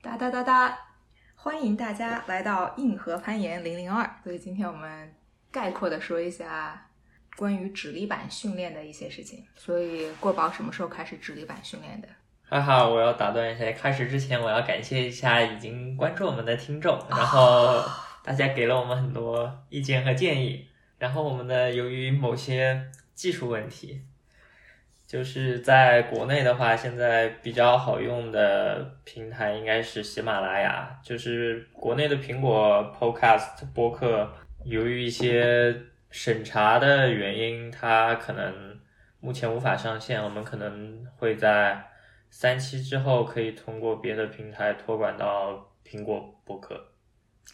哒哒哒哒！欢迎大家来到硬核攀岩零零二。所以今天我们概括的说一下关于指力板训练的一些事情。所以过保什么时候开始指力板训练的？哈哈，我要打断一下，开始之前我要感谢一下已经关注我们的听众，然后大家给了我们很多意见和建议。然后我们的由于某些技术问题，就是在国内的话，现在比较好用的平台应该是喜马拉雅，就是国内的苹果 Podcast 播客，由于一些审查的原因，它可能目前无法上线，我们可能会在三期之后可以通过别的平台托管到苹果播客。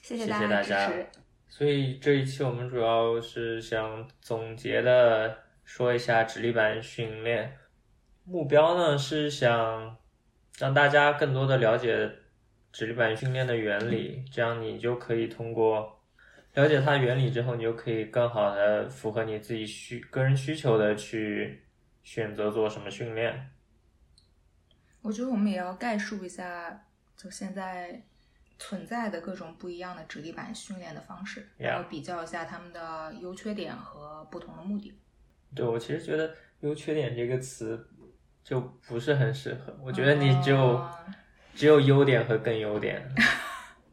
谢谢大大支家持。所以这一期我们主要是想总结的说一下直立板训练，目标呢是想让大家更多的了解直立板训练的原理，这样你就可以通过了解它的原理之后，你就可以更好的符合你自己需个人需求的去选择做什么训练。我觉得我们也要概述一下，就现在存在的各种不一样的直立板训练的方式 Yeah 然后比较一下他们的优缺点和不同的目的。对我其实觉得“优缺点”这个词就不是很适合，我觉得你只有、哦只有优点和更优点。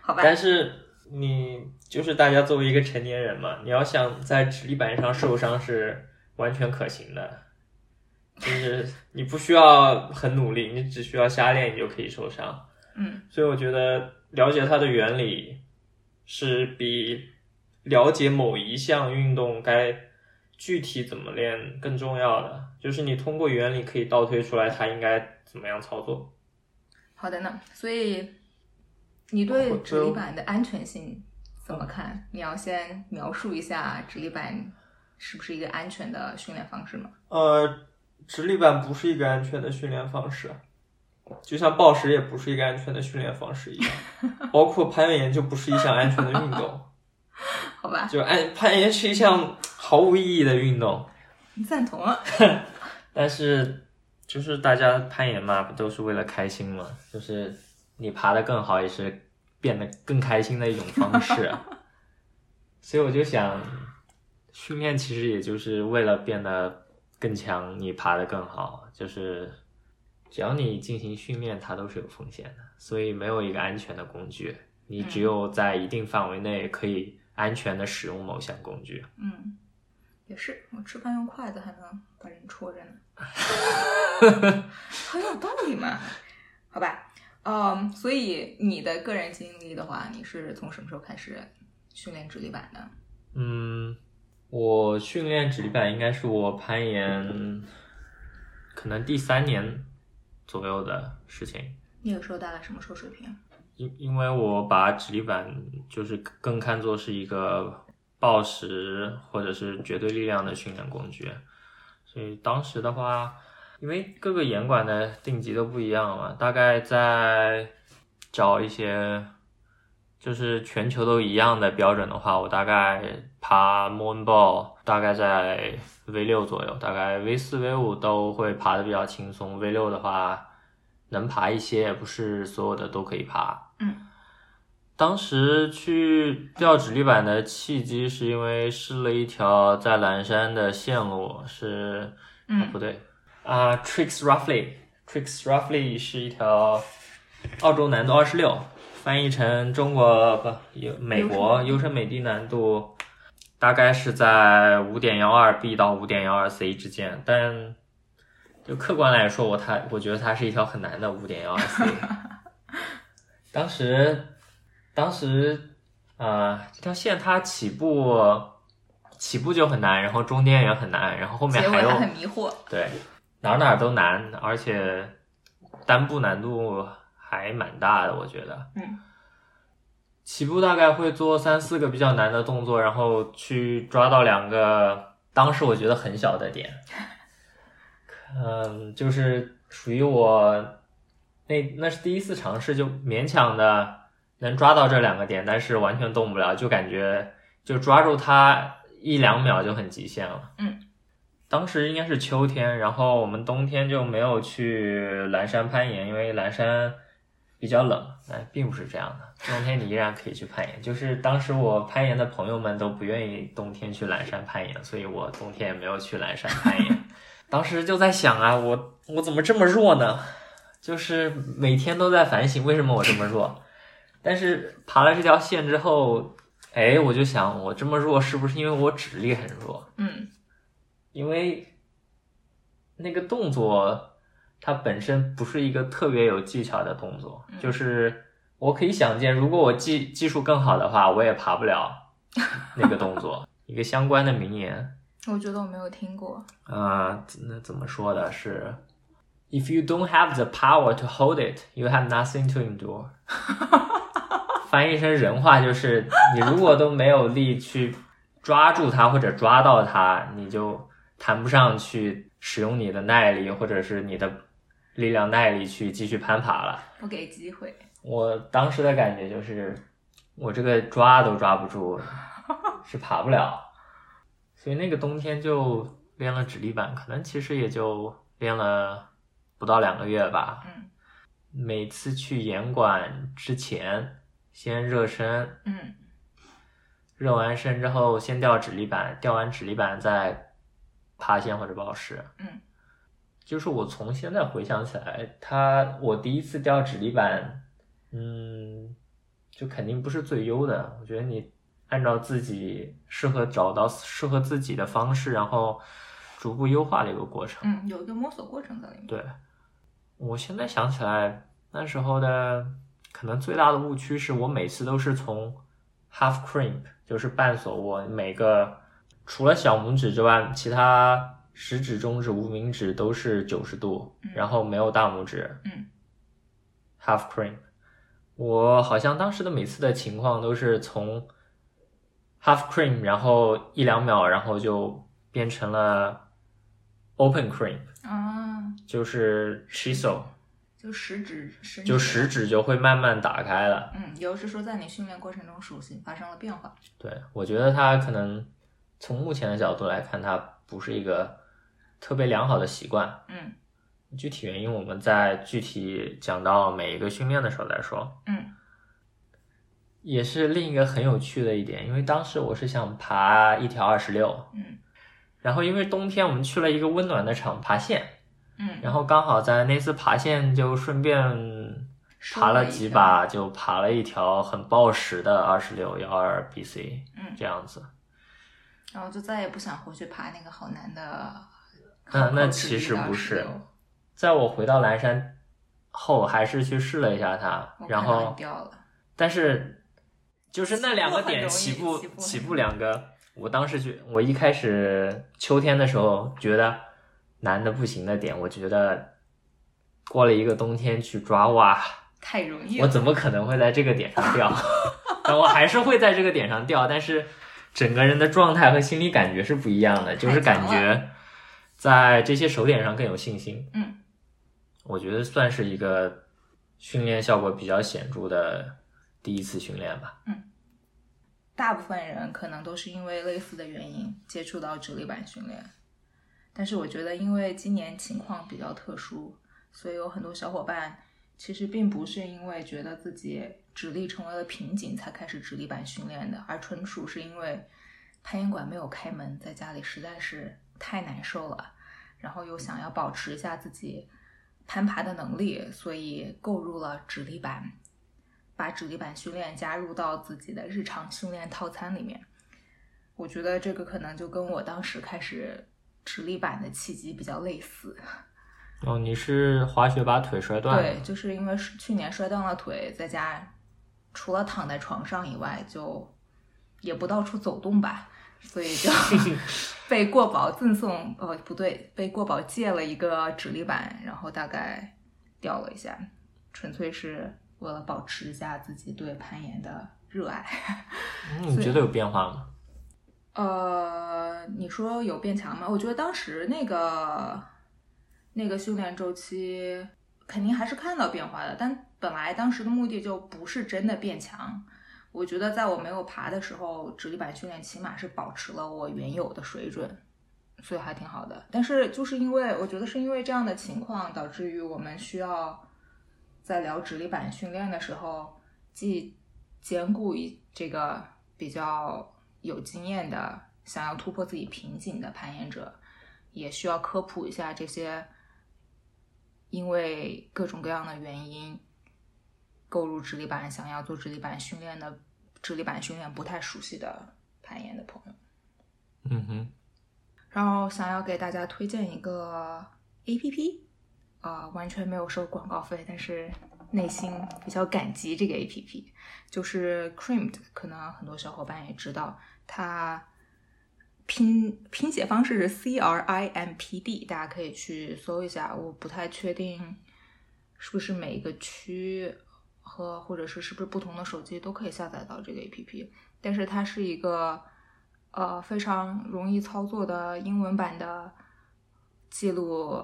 好吧，但是你就是大家作为一个成年人嘛，你要想在直立板上受伤是完全可行的，就是你不需要很努力，你只需要瞎练，你就可以受伤。嗯，所以我觉得了解它的原理是比了解某一项运动该具体怎么练更重要的，就是你通过原理可以倒推出来它应该怎么样操作。好的呢。所以你我对就直立板的安全性怎么看？你要先描述一下直立板是不是一个安全的训练方式吗？呃，直立板不是一个安全的训练方式，就像暴食也不是一个安全的训练方式一 样，包括攀岩就不是一项安全的运动，好吧，就安攀岩是一项毫无意义的运动。你赞同了。但是，就是大家攀岩嘛，不都是为了开心嘛？就是你爬得更好，也是变得更开心的一种方式。啊 所以我就想，训练其实也就是为了变得更强，你爬得更好。就是只要你进行训练，它都是有风险的，所以没有一个安全的工具。你只有在一定范围内可以安全的使用某项工具。嗯，也是，我吃饭用筷子还能把人戳着呢，很有道理嘛。好吧，嗯，所以你的个人经历的话，你是从什么时候开始训练直立板的？嗯，我训练直立板应该是我攀岩可能第三年左右的事情，那个时候大概什么时候水平？因因为我把直立板就是更看作是一个暴食或者是绝对力量的训练工具，所以当时的话，因为各个严管的定级都不一样嘛，大概在找一些就是全球都一样的标准的话，我大概爬 Moonball 大概在 V 六左右，大概 V 四 V 五都会爬的比较轻松，V 六的话能爬一些，也不是所有的都可以爬。嗯，当时去吊直立板的契机，是因为试了一条在蓝山的线路，是，嗯啊不对，啊、t r i c k s Roughly，Tricks Roughly 是一条澳洲难度二十六，翻译成中国不有美国优胜美地难度，大概是在五点幺二 B 到五点幺二 C 之间，但就客观来说，我它我觉得它是一条很难的五点幺二 C。当时，当时，呃，这条线它起步起步就很难，然后中间也很难，然后后面结还尾有还很迷惑。对，哪儿哪儿都难，而且单步难度还蛮大的，我觉得。嗯。起步大概会做三四个比较难的动作，然后去抓到两个当时我觉得很小的点。嗯，就是属于我那那是第一次尝试，就勉强的能抓到这两个点，但是完全动不了，就感觉就抓住它一两秒就很极限了。嗯，当时应该是秋天，然后我们冬天就没有去蓝山攀岩，因为蓝山比较冷，哎，并不是这样的。冬天你依然可以去攀岩，就是当时我攀岩的朋友们都不愿意冬天去蓝山攀岩，所以我冬天也没有去蓝山攀岩。当时就在想啊，我我怎么这么弱呢？就是每天都在反省为什么我这么弱。但是爬了这条线之后，哎，我就想我这么弱是不是因为我指力很弱？嗯因为那个动作它本身不是一个特别有技巧的动作，嗯就是我可以想见，如果我技技术更好的话，我也爬不了那个动作。一个相关的名言，我觉得我没有听过。呃，那怎么说的是，If you don't have the power to hold it, you have nothing to endure 。 翻译成人话就是，你如果都没有力去抓住它或者抓到它，你就谈不上去使用你的耐力或者是你的力量耐力去继续攀爬了。不给机会，我当时的感觉就是，我这个抓都抓不住，是爬不了。所以那个冬天就练了指力板，可能其实也就练了不到两个月吧。嗯每次去岩馆之前，先热身，嗯热完身之后先吊指力板，吊完指力板再爬线或者抱石。嗯，就是我从现在回想起来，他我第一次吊指力板，嗯，就肯定不是最优的。我觉得你按照自己适合找到适合自己的方式，然后逐步优化的一个过程。嗯，有一个摸索过程在里面。对，我现在想起来，那时候的可能最大的误区是我每次都是从 half crimp，就是半锁握，每个除了小拇指之外，其他食指、中指、无名指都是九十度嗯，然后没有大拇指。嗯 half crimp，我好像当时的每次的情况都是从 half crimp，然后一两秒，然后就变成了 open crimp，啊，就是 chisel。就食指食就食指就会慢慢打开了。嗯，也就是说，在你训练过程中属性发生了变化。对我觉得它可能从目前的角度来看，它不是一个特别良好的习惯。嗯具体原因我们在具体讲到每一个训练的时候再说。嗯也是另一个很有趣的一点，因为当时我是想爬一条二十六，嗯然后因为冬天我们去了一个温暖的场爬线，嗯，然后刚好在那次爬线就顺便爬了几把，就爬了一条很暴食的二十六幺二 BC 嗯，这样子。然后就再也不想回去爬那个好难的。那那其实不是，在我回到蓝山后，还是去试了一下它我，然看到你后掉了，但是就是那两个点起起步步很容易起起步步两个，我当时觉我一开始秋天的时候觉得难的不行的点，我觉得过了一个冬天去抓哇，太容易我了。怎么可能会在这个点上掉？ 但我还是会在这个点上掉，但是整个人的状态和心理感觉是不一样的，就是感太强觉在这些手点上更有信心。嗯，我觉得算是一个训练效果比较显著的第一次训练吧。大部分人可能都是因为类似的原因接触到直立板训练，但是我觉得因为今年情况比较特殊，所以有很多小伙伴其实并不是因为觉得自己直立成为了瓶颈才开始直立板训练的，而纯属是因为攀岩馆没有开门，在家里实在是太难受了，然后又想要保持一下自己攀爬的能力，所以购入了直立板，把直立板训练加入到自己的日常训练套餐里面。我觉得这个可能就跟我当时开始直立板的契机比较类似。哦，你是滑雪把腿摔断了？对， 就是因为去年摔断了腿，在家除了躺在床上以外，就也不到处走动吧，所以就 被过保赠送，哦，不对，被过保借了一个直立板，然后大概掉了一下，纯粹是为了保持一下自己对攀岩的热爱。嗯， 你觉得有变化吗？ 呃，你说有变强吗？我觉得当时那个那个训练周期肯定还是看到变化的，但本来当时的目的就不是真的变强。我觉得在我没有爬的时候，直立板训练起码是保持了我原有的水准，所以还挺好的。但是就是因为我觉得是因为这样的情况，导致于我们需要在聊直立板训练的时候，既兼顾一这个比较有经验的想要突破自己瓶颈的攀岩者，也需要科普一下这些因为各种各样的原因购入直立板、想要做直立板训练的直立板训练不太熟悉的攀岩的朋友。嗯哼，然后想要给大家推荐一个 A P P，啊，完全没有收广告费，但是内心比较感激这个 A P P，就是 Creamed，可能很多小伙伴也知道，它拼拼写方式是 C R I M P D，大家可以去搜一下，我不太确定是不是每一个区和或者是是不是不同的手机都可以下载到这个 A P P，但是它是一个。呃非常容易操作的英文版的记录，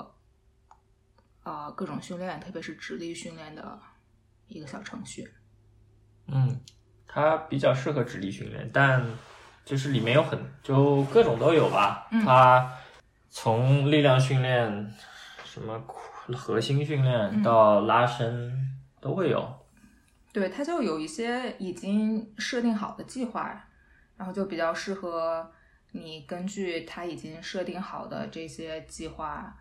呃各种训练，特别是直立训练的一个小程序。嗯，它比较适合直立训练，但就是里面有很就各种都有吧。嗯它从力量训练、什么核心训练嗯到拉伸、都会有。对，它就有一些已经设定好的计划，然后就比较适合你根据它已经设定好的这些计划，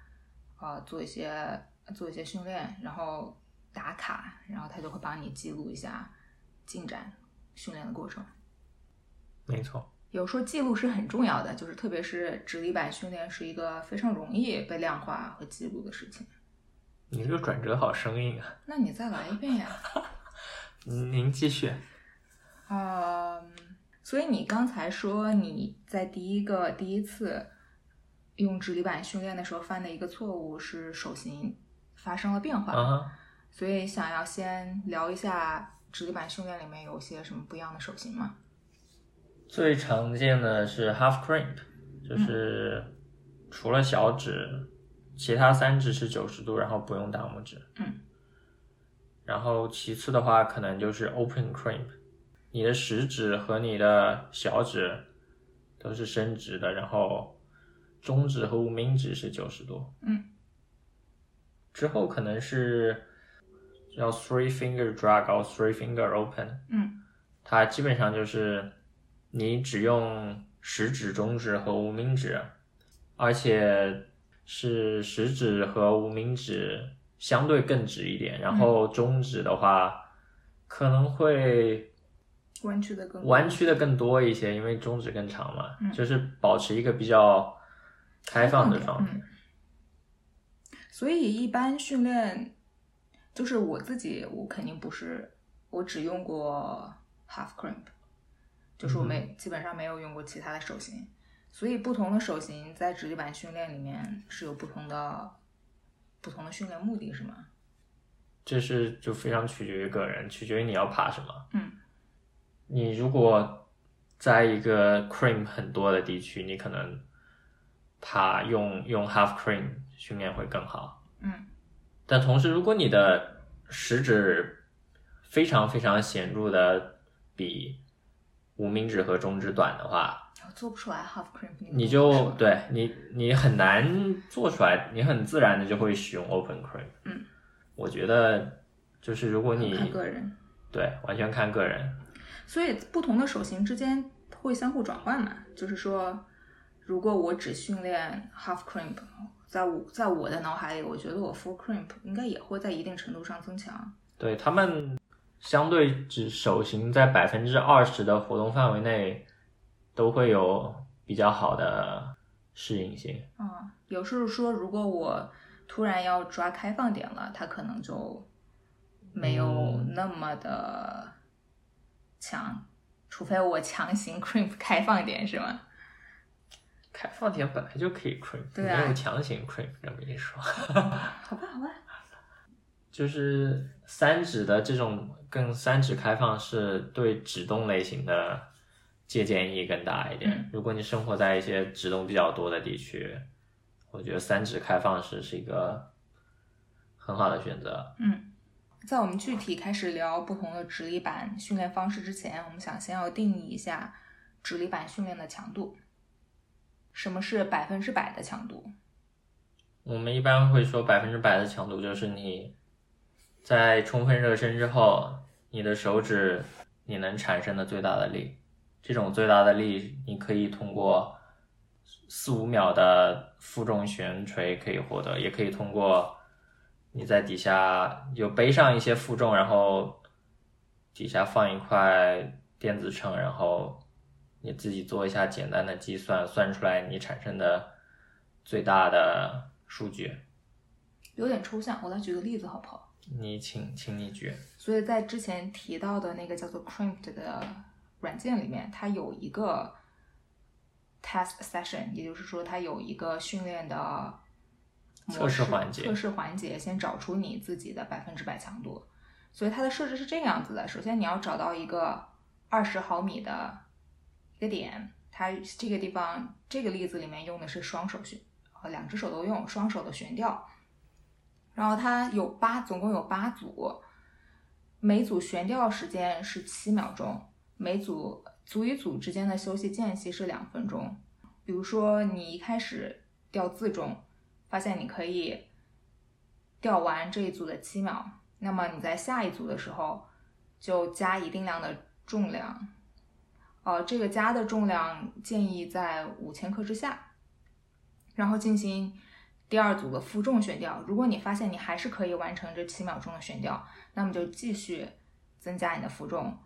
啊、做一些做一些训练，然后打卡，然后它就会帮你记录一下进展训练的过程。没错，有时候记录是很重要的，就是特别是直立板训练是一个非常容易被量化和记录的事情。你这个转折好生硬啊！那你再来一遍呀，嗯您继续。嗯，所以你刚才说你在第一个第一次用直立板训练的时候犯的一个错误是手型发生了变化，啊哈，所以想要先聊一下直立板训练里面有些什么不一样的手型吗？最常见的是 half crimp，就是嗯除了小指，其他三指是九十度，然后不用大拇指。嗯。然后其次的话，可能就是 open crimp，你的食指和你的小指都是伸直的，然后中指和无名指是九十度。嗯。之后可能是叫 three finger drag or three finger open。嗯它基本上就是你只用食指、中指和无名指，而且是食指和无名指相对更直一点，然后中指的话可能会弯曲的更弯曲的更多一些，因为中指更长嘛，嗯就是保持一个比较开放的状态。嗯。所以一般训练，就是我自己，我肯定不是，我只用过 half crimp，就是我嗯没、基本上没有用过其他的手型。所以不同的手型在直立板训练里面是有不同的不同的训练目的，是吗？这是就非常取决于个人，取决于你要爬什么。嗯你如果在一个 cream 很多的地区，你可能爬用用 half cream 训练会更好。嗯但同时，如果你的食指非常非常显著的比无名指和中指短的话，我做不出来 half crimp，那个你动作就是吗对你你很难做出来，你很自然的就会使用 open cream。嗯，我觉得就是如果你看个人，对完全看个人，所以不同的手型之间会相互转换嘛，就是说，如果我只训练 half crimp，在我在我的脑海里，我觉得我 full crimp 应该也会在一定程度上增强。对他们相对指手型在百分之二十的活动范围内，都会有比较好的适应性。啊、有时候说，如果我突然要抓开放点了，它可能就没有嗯那么的强，除非我强行 crimp 开放点，是吗？开放点本来就可以 crimp，、对啊没有强行 crimp 这么一说，好吧，好吧，就是三指的这种更三指开放是对指动类型的借鉴意义更大一点。嗯如果你生活在一些指动比较多的地区，我觉得三指开放式是一个很好的选择。嗯，在我们具体开始聊不同的直立板训练方式之前，我们想先要定义一下直立板训练的强度。什么是百分之百的强度？我们一般会说百分之百的强度就是你在充分热身之后，你的手指你能产生的最大的力，这种最大的力你可以通过四五秒的负重悬垂可以获得，也可以通过你在底下有背上一些负重，然后底下放一块电子秤，然后你自己做一下简单的计算，算出来你产生的最大的数据。有点抽象，我来举个例子好不好？你请，请你举。所以在之前提到的那个叫做 Crimped 的软件里面，它有一个 test session，也就是说它有一个训练的模式测试环节测试环节先找出你自己的百分之百强度。所以它的设置是这个样子的：首先你要找到一个二十毫米的一个点，它这个地方这个例子里面用的是双手旋，呃，两只手都用双手的悬吊。然后它有八，总共有八组，每组悬吊时间是七秒钟，每组组与组之间的休息间隙是两分钟。比如说你一开始吊自重，发现你可以吊完这一组的七秒，那么你在下一组的时候就加一定量的重量，呃，这个加的重量建议在五千克之下，然后进行第二组的负重悬吊。如果你发现你还是可以完成这七秒钟的悬吊，那么就继续增加你的负重，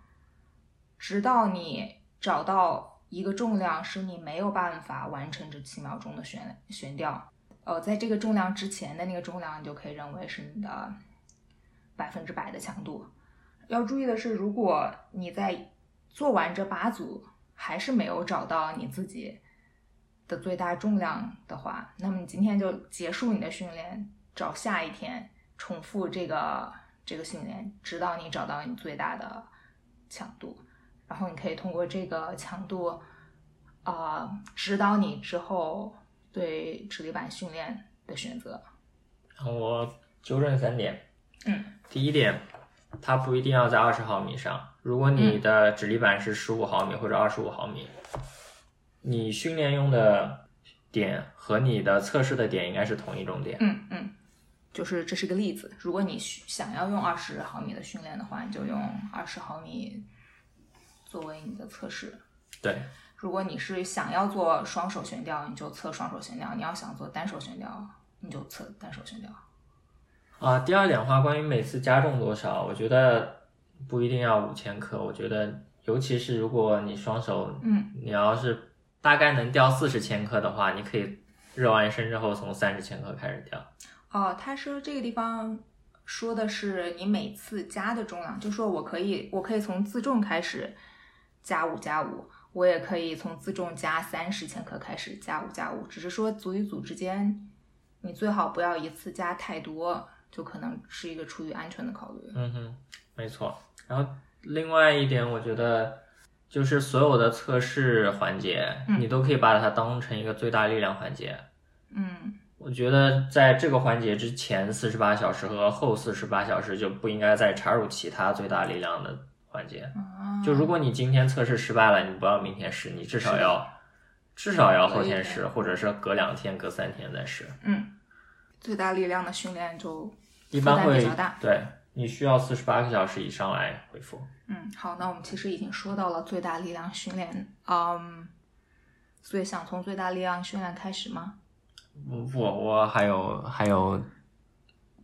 直到你找到一个重量是你没有办法完成这七秒钟的悬悬吊。呃，在这个重量之前的那个重量，你就可以认为是你的百分之百的强度。要注意的是，如果你在做完这八组还是没有找到你自己的最大重量的话，那么你今天就结束你的训练，找下一天重复这个这个训练，直到你找到你最大的强度。然后你可以通过这个强度，啊、指导你之后对直立板训练的选择。然后我纠正三点。嗯，第一点，它不一定要在二十毫米上。如果你的指力板是十五毫米或者二十五毫米，你训练用的点和你的测试的点应该是同一种点。嗯嗯，就是这是个例子。如果你需想要用二十毫米的训练的话，你就用二十毫米作为你的测试。对，如果你是想要做双手悬吊，你就测双手悬吊；你要想做单手悬吊，你就测单手悬吊。啊，第二点的话，关于每次加重多少，我觉得不一定要五千克。我觉得，尤其是如果你双手，嗯，你要是大概能掉四十千克的话，你可以热完身之后从三十千克开始掉。哦，他说这个地方说的是你每次加的重量，就说我可以，我可以从自重开始加五加五，我也可以从自重加三十千克开始加五加五，只是说组与组之间，你最好不要一次加太多，就可能是一个出于安全的考虑。嗯哼，没错。然后另外一点，我觉得就是所有的测试环节，嗯你都可以把它当成一个最大力量环节。嗯我觉得在这个环节之前四十八小时和后四十八小时就不应该再插入其他最大力量的环节。啊，就如果你今天测试失败了，你不要明天试，你至少要至少要后隔天一试，或者是隔两天、隔三天再试。嗯，最大力量的训练就一般负担会比较大对你需要四十八个小时以上来恢复。嗯，好，那我们其实已经说到了最大力量训练，嗯，所以想从最大力量训练开始吗？我嗯我我还有还有，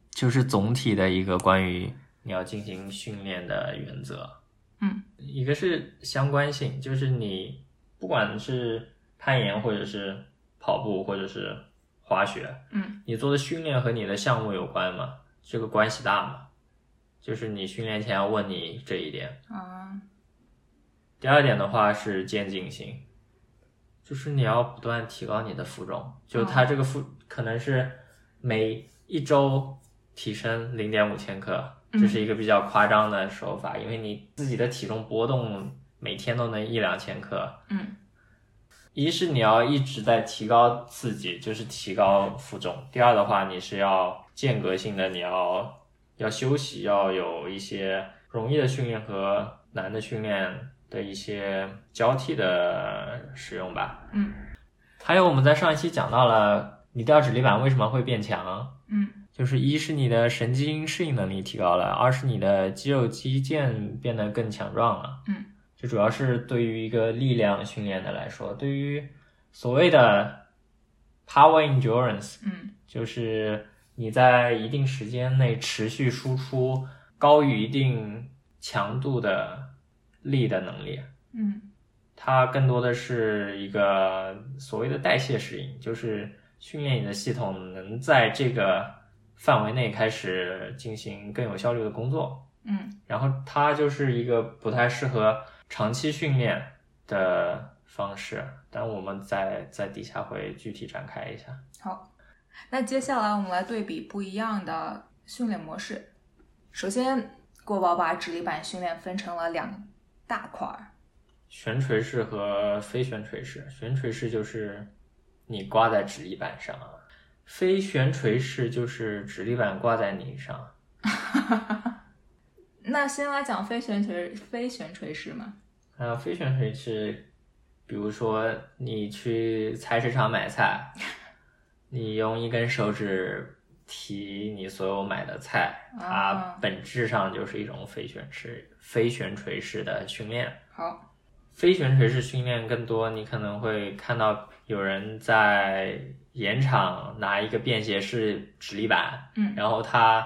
就是总体的一个关于你要进行训练的原则。嗯，一个是相关性，就是你不管是攀岩或者是跑步或者是滑雪，嗯，你做的训练和你的项目有关吗？这个关系大吗？就是你训练前要问你这一点，啊，第二点的话是渐进性，就是你要不断提高你的负重，就是它这个负、可能是每一周提升零点五千克，嗯这是一个比较夸张的手法，因为你自己的体重波动每天都能一两千克。嗯一是你要一直在提高自己，就是提高负重；第二的话，你是要间隔性的，你要要休息，要有一些容易的训练和难的训练的一些交替的使用吧。嗯还有我们在上一期讲到了，你吊指力板为什么会变强？嗯就是一是你的神经适应能力提高了，二是你的肌肉肌腱变得更强壮了。嗯，这主要是对于一个力量训练的来说，对于所谓的 power endurance，嗯就是你在一定时间内持续输出高于一定强度的力的能力。嗯它更多的是一个所谓的代谢适应，就是训练你的系统能在这个范围内开始进行更有效率的工作。嗯然后它就是一个不太适合长期训练的方式，但我们在在底下会具体展开一下。好，那接下来我们来对比不一样的训练模式。首先，过保把直立板训练分成了两大块儿。悬垂式和非悬垂式，悬垂式就是你挂在直立板上，啊非悬垂式就是直立板挂在你上。那先来讲非悬垂非悬垂式嘛，啊，非悬垂是，比如说你去菜市场买菜，你用一根手指提你所有买的菜，它啊本质上就是一种非悬垂非悬垂式的训练。好，非悬垂式训练更多，你可能会看到有人在盐场拿一个便携式直立板，嗯然后他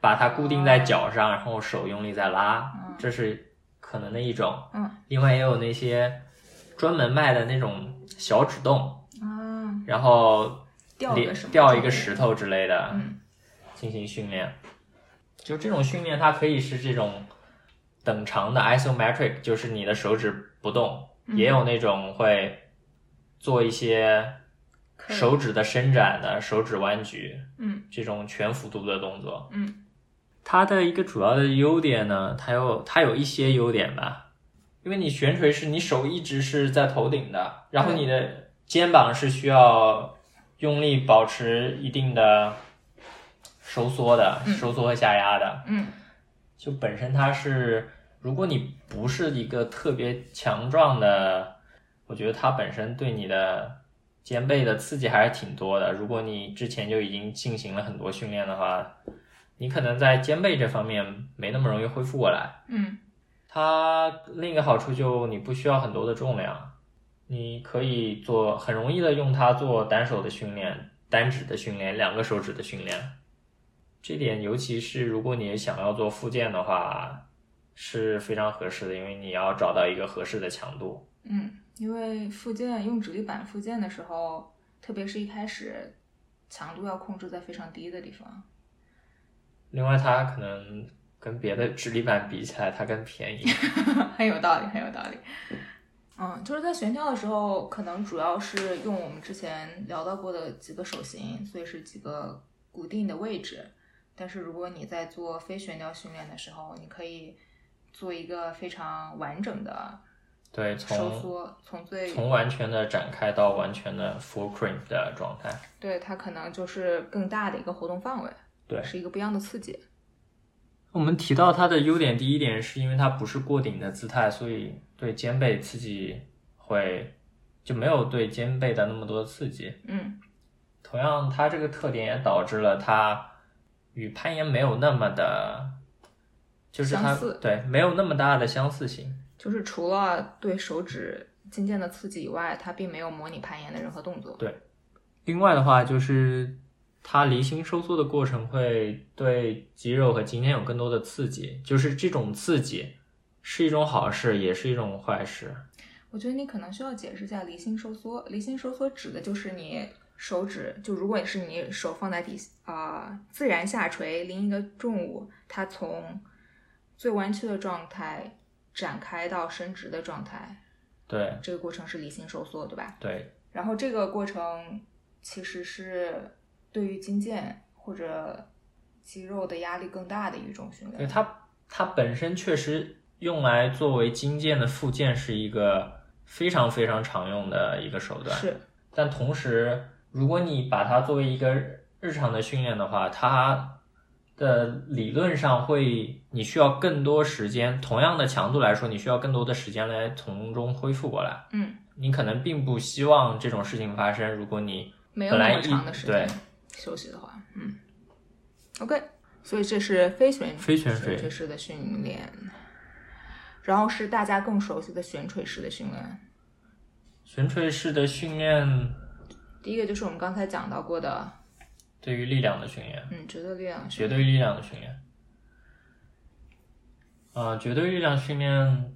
把它固定在脚上，然后手用力在拉，嗯这是可能的一种。嗯另外也有那些专门卖的那种小指洞，啊，然后吊连个什么吊一个石，头之类的，嗯进行训练。就这种训练，它可以是这种等长的 isometric，就是你的手指不动，嗯也有那种会做一些可以手指的伸展的手指弯举嗯这种全幅度的动作。嗯它的一个主要的优点呢，它有它有一些优点吧，因为你悬垂是你手一直是在头顶的，然后对你的肩膀是需要用力保持一定的收缩的，嗯收缩和下压的。嗯就本身它是，如果你不是一个特别强壮的，我觉得它本身对你的肩背的刺激还是挺多的。如果你之前就已经进行了很多训练的话，你可能在肩背这方面没那么容易恢复过来。嗯它另一个好处就你不需要很多的重量，你可以做很容易的用它做单手的训练、单指的训练、两个手指的训练。这点尤其是如果你想要做复健的话，是非常合适的，因为你要找到一个合适的强度。嗯，因为复健用直立板复健的时候，特别是一开始，强度要控制在非常低的地方。另外，它可能跟别的直立板比起来，它更便宜。 很有道理，很有道理。嗯，就是在悬吊的时候，可能主要是用我们之前聊到过的几个手型，所以是几个固定的位置。但是如果你在做非悬吊训练的时候，你可以做一个非常完整的对，收从缩，从最从完全的展开到完全的 full crimp 的状态。对它可能就是更大的一个活动范围，对，是一个不一样的刺激。我们提到它的优点，第一点是因为它不是过顶的姿态，所以对肩背刺激会就没有对肩背的那么多刺激。嗯同样，它这个特点也导致了它与攀岩没有那么的，就是它相似对没有那么大的相似性。就是除了对手指筋腱的刺激以外，它并没有模拟攀岩的任何动作。另外的话，就是它离心收缩的过程会对肌肉和筋腱有更多的刺激，就是这种刺激是一种好事，也是一种坏事。我觉得你可能需要解释一下离心收缩。离心收缩指的就是你手指，就如果是你手放在底啊、自然下垂拎一个重物，它从最弯曲的状态展开到伸直的状态，对这个过程是离心收缩，对吧？对，然后这个过程其实是对于筋腱或者肌肉的压力更大的一种训对练。它，它本身确实用来作为金件的附件是一个非常非常常用的一个手段。，是，但同时，如果你把它作为一个日常的训练的话，它的理论上会，你需要更多时间，同样的强度来说，你需要更多的时间来从中恢复过来。嗯，你可能并不希望这种事情发生。如果你没有本来那么一长的时对间休息的话，嗯 OK，所以这是非悬非悬垂垂式的训练，然后是大家更熟悉的悬垂式的训练。悬垂式的训练第一个就是我们刚才讲到过的，对于力量的训练，嗯，绝对力量训绝练。对力量的训练。啊、绝对力量训练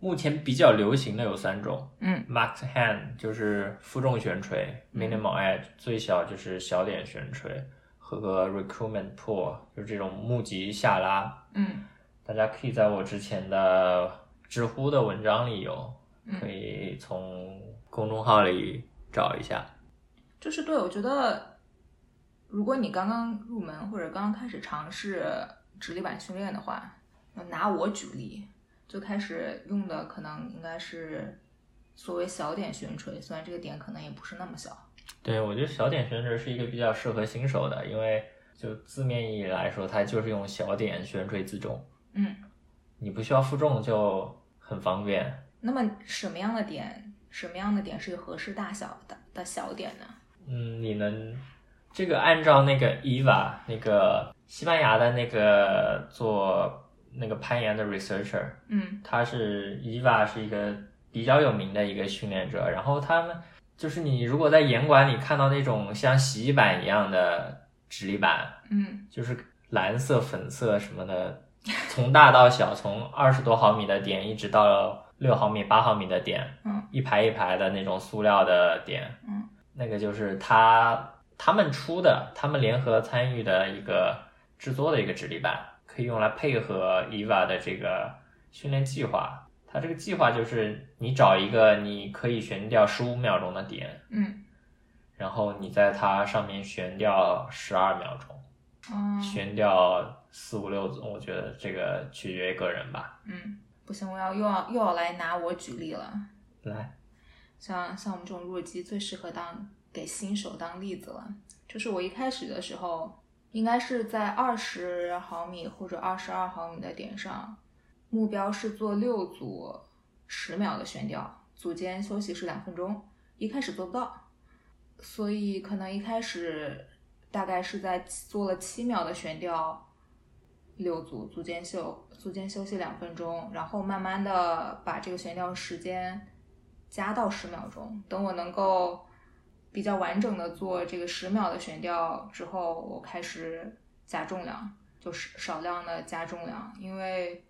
目前比较流行的有三种嗯：max hand 就是负重悬垂，minimal edge 最小就是小脸悬垂和 recruitment pull 就是这种募集下拉。嗯大家可以在我之前的知乎的文章里有，嗯可以从公众号里找一下。就是对，我觉得如果你刚刚入门或者刚刚开始尝试直立板训练的话，那拿我举例，最开始用的可能应该是所谓小点悬垂，虽然这个点可能也不是那么小。对，我觉得小点悬垂是一个比较适合新手的，因为就字面意义来说，它就是用小点悬垂自重，嗯，你不需要负重就很方便。那么什么样的点，什么样的点是合适大小的的小点呢？嗯，你能这个按照那个 EVA 那个西班牙的那个做那个攀岩的 researcher，嗯他是 EVA 是一个比较有名的一个训练者，然后他们就是你如果在岩馆里看到那种像洗衣板一样的直立板，嗯就是蓝色、粉色什么的，从大到小，从二十多毫米的点一直到六毫米、八毫米的点，嗯，一排一排的那种塑料的点，嗯，那个就是他他们出的，他们联合参与的一个制作的一个直立板，可以用来配合 EVA 的这个训练计划。它这个计划就是你找一个你可以悬吊十五秒钟的点，嗯然后你在它上面悬吊十二秒钟。哦悬吊四五六种，我觉得这个取决于个人吧。嗯，不行，我要又要又要来拿我举例了。来，像像我们这种弱鸡最适合当给新手当例子了。就是我一开始的时候，应该是在二十毫米或者二十二毫米的点上，目标是做六组十秒的悬吊，组间休息是两分钟。一开始做不到，所以可能一开始大概是在做了七秒的悬吊，六组足尖休足尖休息两分钟，然后慢慢的把这个悬吊时间加到十秒钟。等我能够比较完整的做这个十秒的悬吊之后，我开始加重量，就是少量的加重量，因为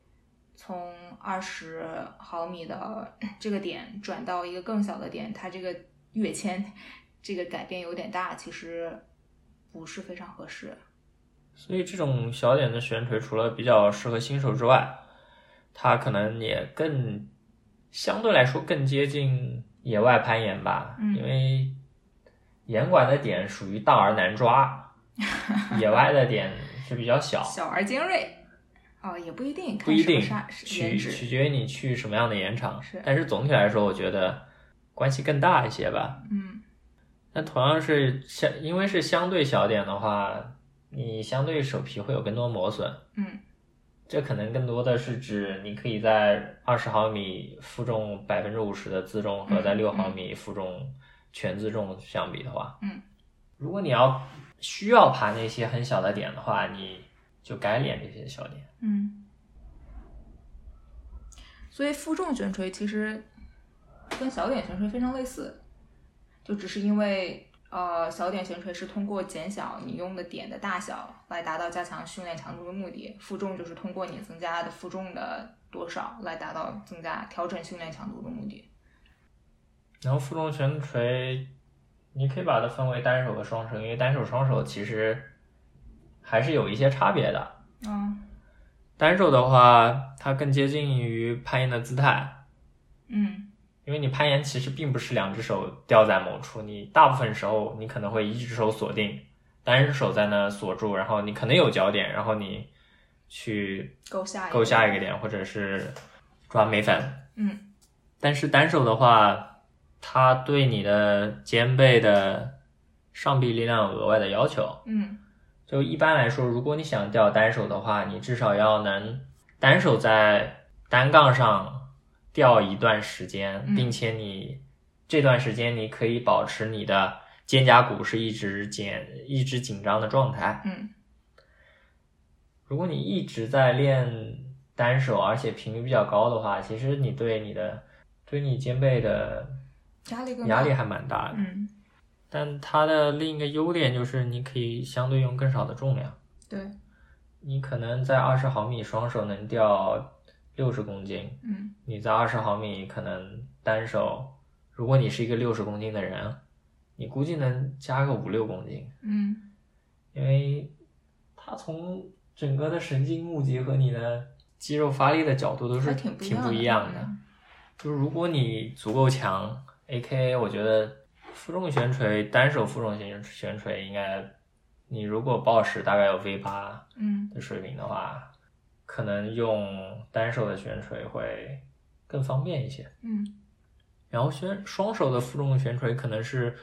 从二十毫米的这个点转到一个更小的点，它这个跃迁这个改变有点大，其实不是非常合适。所以这种小点的悬垂，除了比较适合新手之外，它可能也更相对来说更接近野外攀岩吧，嗯因为岩馆的点属于大而 难抓，野外的点是比较小，小而精锐，哦，也不一定，看不一什么定啥取颜取值，决于你去什么样的岩场是，但是总体来说，我觉得关系更大一些吧。嗯那同样是相，因为是相对小点的话，你相对手皮会有更多磨损。嗯这可能更多的是指你可以在二十毫米负重百分之五十的自重和在嗯六毫嗯米负重全自重相比的话，嗯，如果你要需要爬那些很小的点的话，你就改练这些小点。嗯。所以负重悬垂其实跟小点悬垂非常类似，就只是因为呃小点悬垂是通过减小你用的点的大小来达到加强训练强度的目的，负重就是通过你增加的负重的多少来达到增加调整训练强度的目的。然后负重悬垂，你可以把它分为单手和双手，因为单手双手其实还是有一些差别的。嗯单手的话，它更接近于攀岩的姿态，嗯因为你攀岩其实并不是两只手吊在某处，你大部分时候你可能会一只手锁定，单手在那锁住，然后你可能有脚点，然后你去够下一够个下一个点，或者是抓眉反。嗯但是单手的话，它对你的肩背的上臂力量有额外的要求，嗯就一般来说，如果你想吊单手的话，你至少要能单手在单杠上吊一段时间，嗯并且你这段时间你可以保持你的肩胛骨是一直紧一直紧张的状态。嗯如果你一直在练单手，而且频率比较高的话，其实你对你的对你肩背的压力更大压力还蛮大的。嗯，但它的另一个优点就是你可以相对用更少的重量，对，你可能在二十毫米双手能掉六十公斤，嗯你在二十毫米可能单手，如果你是一个六十公斤的人，你估计能加个五六公斤，嗯因为它从整个的神经募集和你的肌肉发力的角度都是还挺不一挺不一样的样的。嗯就是如果你足够强，A K A，我觉得负重悬垂单手负重悬悬垂应该，你如果抱石大概有 V 八嗯的水平的话，可能用单手的悬垂会更方便一些。嗯然后悬双手的负重悬垂可能是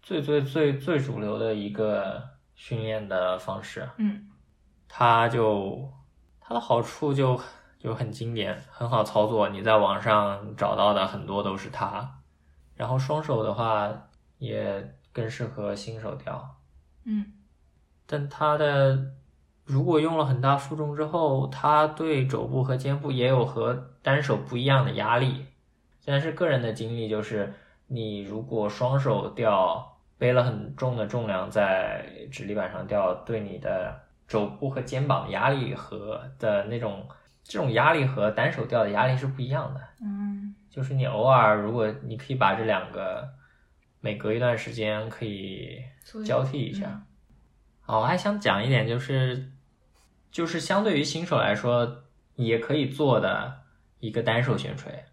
最最最最主流的一个训练的方式，嗯它就它的好处就就很经典，很好操作，你在网上找到的很多都是它。然后双手的话也更适合新手调，嗯但它的如果用了很大负重之后，它对肘部和肩部也有和单手不一样的压力。但是个人的经历就是，你如果双手吊背了很重的重量在直立板上吊，对你的肘部和肩膀的压力和的那种这种压力和单手吊的压力是不一样的。嗯就是你偶尔如果你可以把这两个每隔一段时间可以所以交替一下。哦，我还想讲一点，就是就是相对于新手来说，也可以做的一个单手悬垂，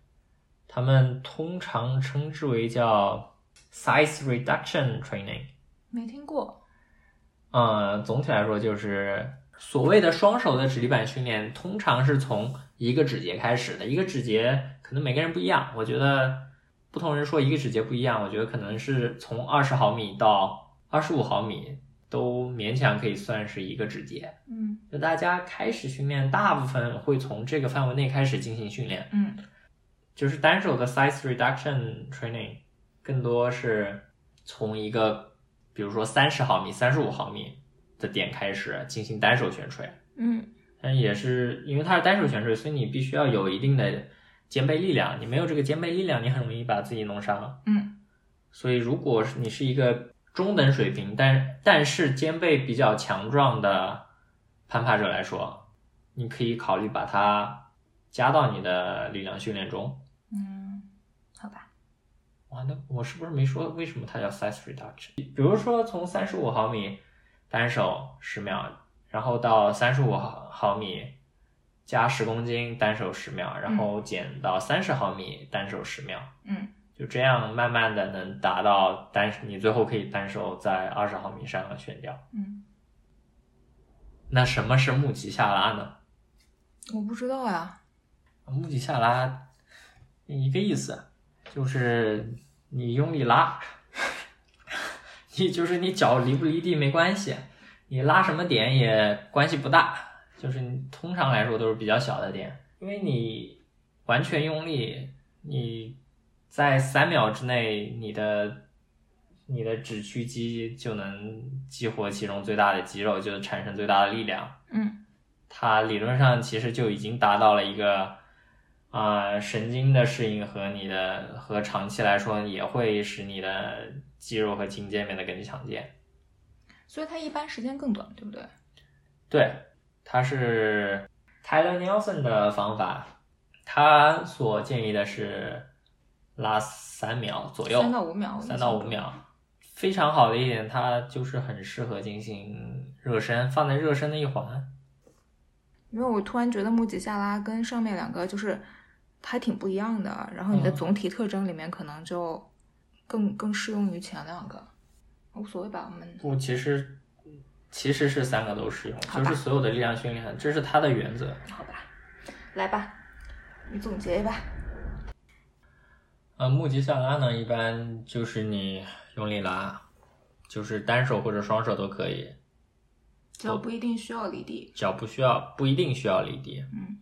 他们通常称之为叫 size reduction training。没听过，呃，总体来说就是所谓的双手的指力板训练，通常是从一个指节开始的。一个指节可能每个人不一样，我觉得不同人说一个指节不一样，我觉得可能是从二十毫米到二十五毫米都勉强可以算是一个指节。嗯就大家开始训练，大部分会从这个范围内开始进行训练。嗯就是单手的 size reduction training 更多是从一个比如说三十毫米、三十五毫米的点开始进行单手悬垂，嗯但也是因为它是单手悬垂，所以你必须要有一定的肩背力量。你没有这个肩背力量，你很容易把自己弄伤。嗯所以如果是你是一个中等水平，但但是肩背比较强壮的攀爬者来说，你可以考虑把它加到你的力量训练中。嗯，好吧，哇，那我是不是没说为什么它叫 size reduction？比如说从三十五毫米单手十秒，然后到三十五毫毫米加十公斤单手十秒，然后减到三十毫米单手十秒，嗯就这样慢慢的能达到单，你最后可以单手在二十毫米上悬吊。嗯，那什么是目击下拉呢？我不知道呀，目击下拉一个意思，就是你用力拉， 你就是你脚离不离地没关系，你拉什么点也关系不大，就是你通常来说都是比较小的点，因为你完全用力，你在三秒之内，你的你的指屈肌就能激活其中最大的肌肉，就产生最大的力量。嗯它理论上其实就已经达到了一个啊、呃神经的适应和你的和长期来说也会使你的肌肉和筋间变得更强健。所以它一般时间更短，对不对？对，它是 Tyler Nelson 的方法，他所建议的是拉三秒左右，三到五秒，三到五，秒，非常好的一点，它就是很适合进行热身，放在热身的一环。因为我突然觉得木吉下拉跟上面两个就是还挺不一样的，然后你的嗯总体特征里面可能就更更适用于前两个，无所谓吧，我们不，其实其实是三个都适用，好就吧是所有的力量训练，这是它的原则。好吧，来吧，你总结吧，呃，目击下拉呢，一般就是你用力拉，就是单手或者双手都可以，脚不一定需要离地，脚不需要不一定需要离地。嗯，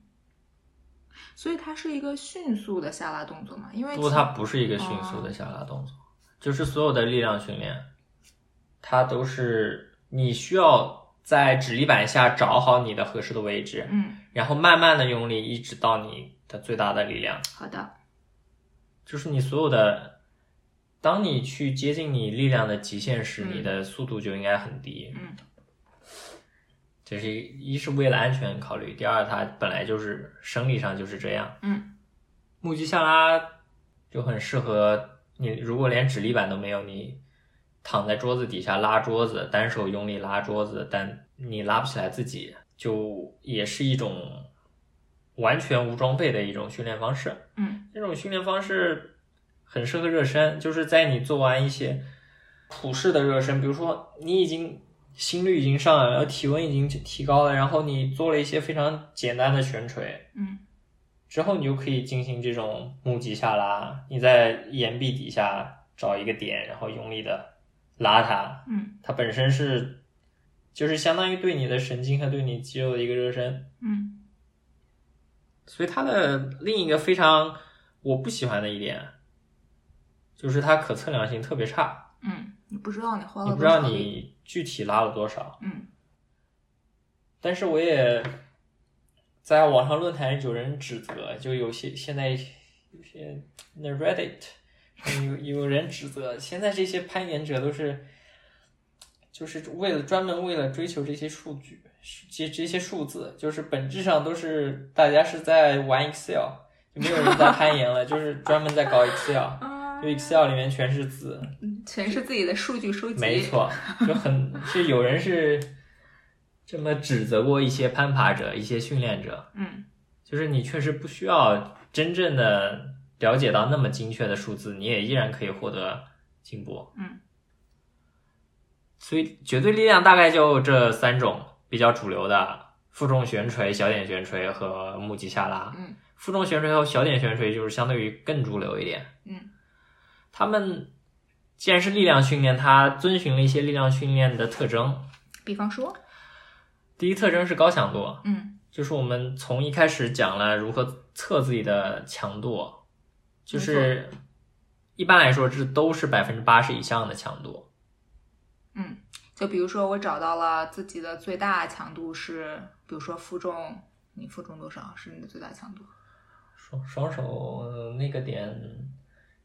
所以它是一个迅速的下拉动作嘛，因为不过其哦它不是一个迅速的下拉动作，就是所有的力量训练，它都是你需要在指力板下找好你的合适的位置，嗯，然后慢慢的用力，一直到你的最大的力量。好的，就是你所有的，当你去接近你力量的极限时，嗯你的速度就应该很低。嗯，这是一是为了安全考虑，第二它本来就是生理上就是这样。嗯，木击下拉就很适合你，如果连指力板都没有，你躺在桌子底下拉桌子，单手用力拉桌子，但你拉不起来自己，就也是一种完全无装备的一种训练方式。嗯，这种训练方式很适合热身，就是在你做完一些普式的热身，比如说你已经心率已经上来了，然后体温已经提高了，然后你做了一些非常简单的悬垂，嗯，之后你就可以进行这种目击下拉，你在岩壁底下找一个点，然后用力的拉它，嗯，它本身是就是相当于对你的神经和对你肌肉的一个热身，嗯，所以它的另一个非常我不喜欢的一点，就是它可测量性特别差，嗯，你不知道你花你了不多知少道力你具体拉了多少。嗯但是我也在网上论坛有人指责，就有些现在有些那 Reddit 有有人指责，现在这些攀岩者都是就是为了专门为了追求这些数据，这这些数字，就是本质上都是大家是在玩 Excel，就没有人在攀岩了，就是专门在搞 Excel，啊就 Excel 里面全是字，全是自己的数据收集，没，错，就很是有人是这么指责过一些攀爬者、一些训练者，嗯就是你确实不需要真正的了解到那么精确的数字，你也依然可以获得进步。嗯，所以绝对力量大概就这三种比较主流的：负重悬垂、小点悬垂和目击下拉。嗯负重悬垂和小点悬垂就是相对于更主流一点。嗯他们既然是力量训练，它遵循了一些力量训练的特征。比方说，第一特征是高强度，嗯就是我们从一开始讲了如何测自己的强度，就是一般来说这都是百分之八十以上的强度。嗯，就比如说我找到了自己的最大强度是，比如说负重，你负重多少是你的最大强度？双双手呃那个点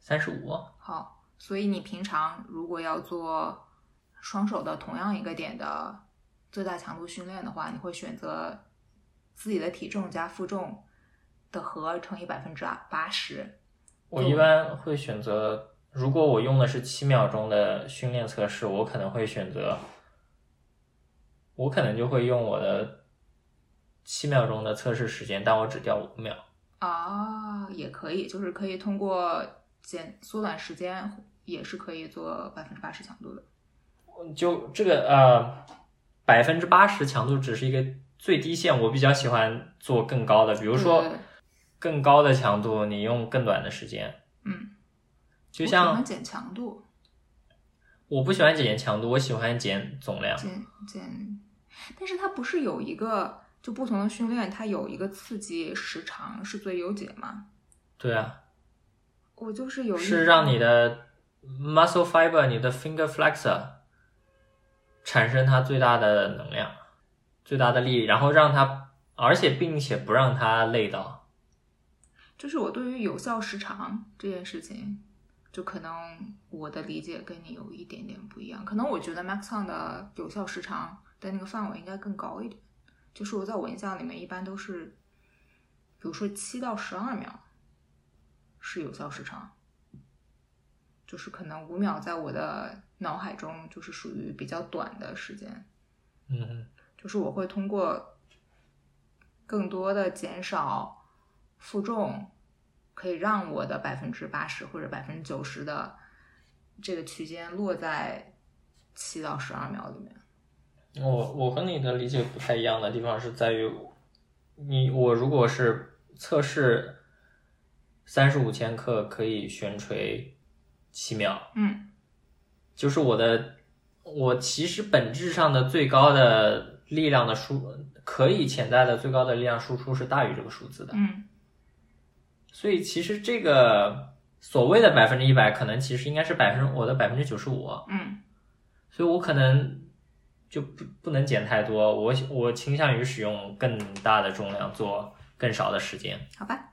三十五，好，所以你平常如果要做双手的同样一个点的最大强度训练的话，你会选择自己的体重加负重的和乘以百分之八十。我一般会选择，如果我用的是七秒钟的训练测试，我可能会选择，我可能就会用我的七秒钟的测试时间，但我只掉五秒。啊，也可以，就是可以通过减缩短时间，也是可以做百分之八十强度的。就这个呃，百分之八十强度只是一个最低线，我比较喜欢做更高的，比如说对对对更高的强度，你用更短的时间，嗯，就我喜欢像减强度，我不喜欢减强度，我喜欢减总量。减减，但是它不是有一个就不同的训练，它有一个刺激时长是最优解吗？对啊，我就是有一是让你的 muscle fiber，你的 finger flexor 产生它最大的能量、最大的力，然后让它，而且并且不让它累到。就是我对于有效时长这件事情，就可能我的理解跟你有一点点不一样。可能我觉得 Max on 的有效时长的那个范围应该更高一点，就是我在我印象里面一般都是，比如说七到十二秒是有效时长，就是可能五秒在我的脑海中就是属于比较短的时间。嗯哼。就是我会通过更多的减少负重，可以让我的百分之八十或者百分之九十的这个区间落在七到十二秒里面。我我和你的理解不太一样的地方是在于，你我如果是测试三十五千克可以悬垂七秒，嗯就是我的我其实本质上的最高的力量的输可以潜在的最高的力量输出是大于这个数字的，嗯所以其实这个所谓的百分之一百，可能其实应该是百分之我的百分之九十五，嗯所以我可能就不不能减太多。我我倾向于使用更大的重量做更少的时间。好吧，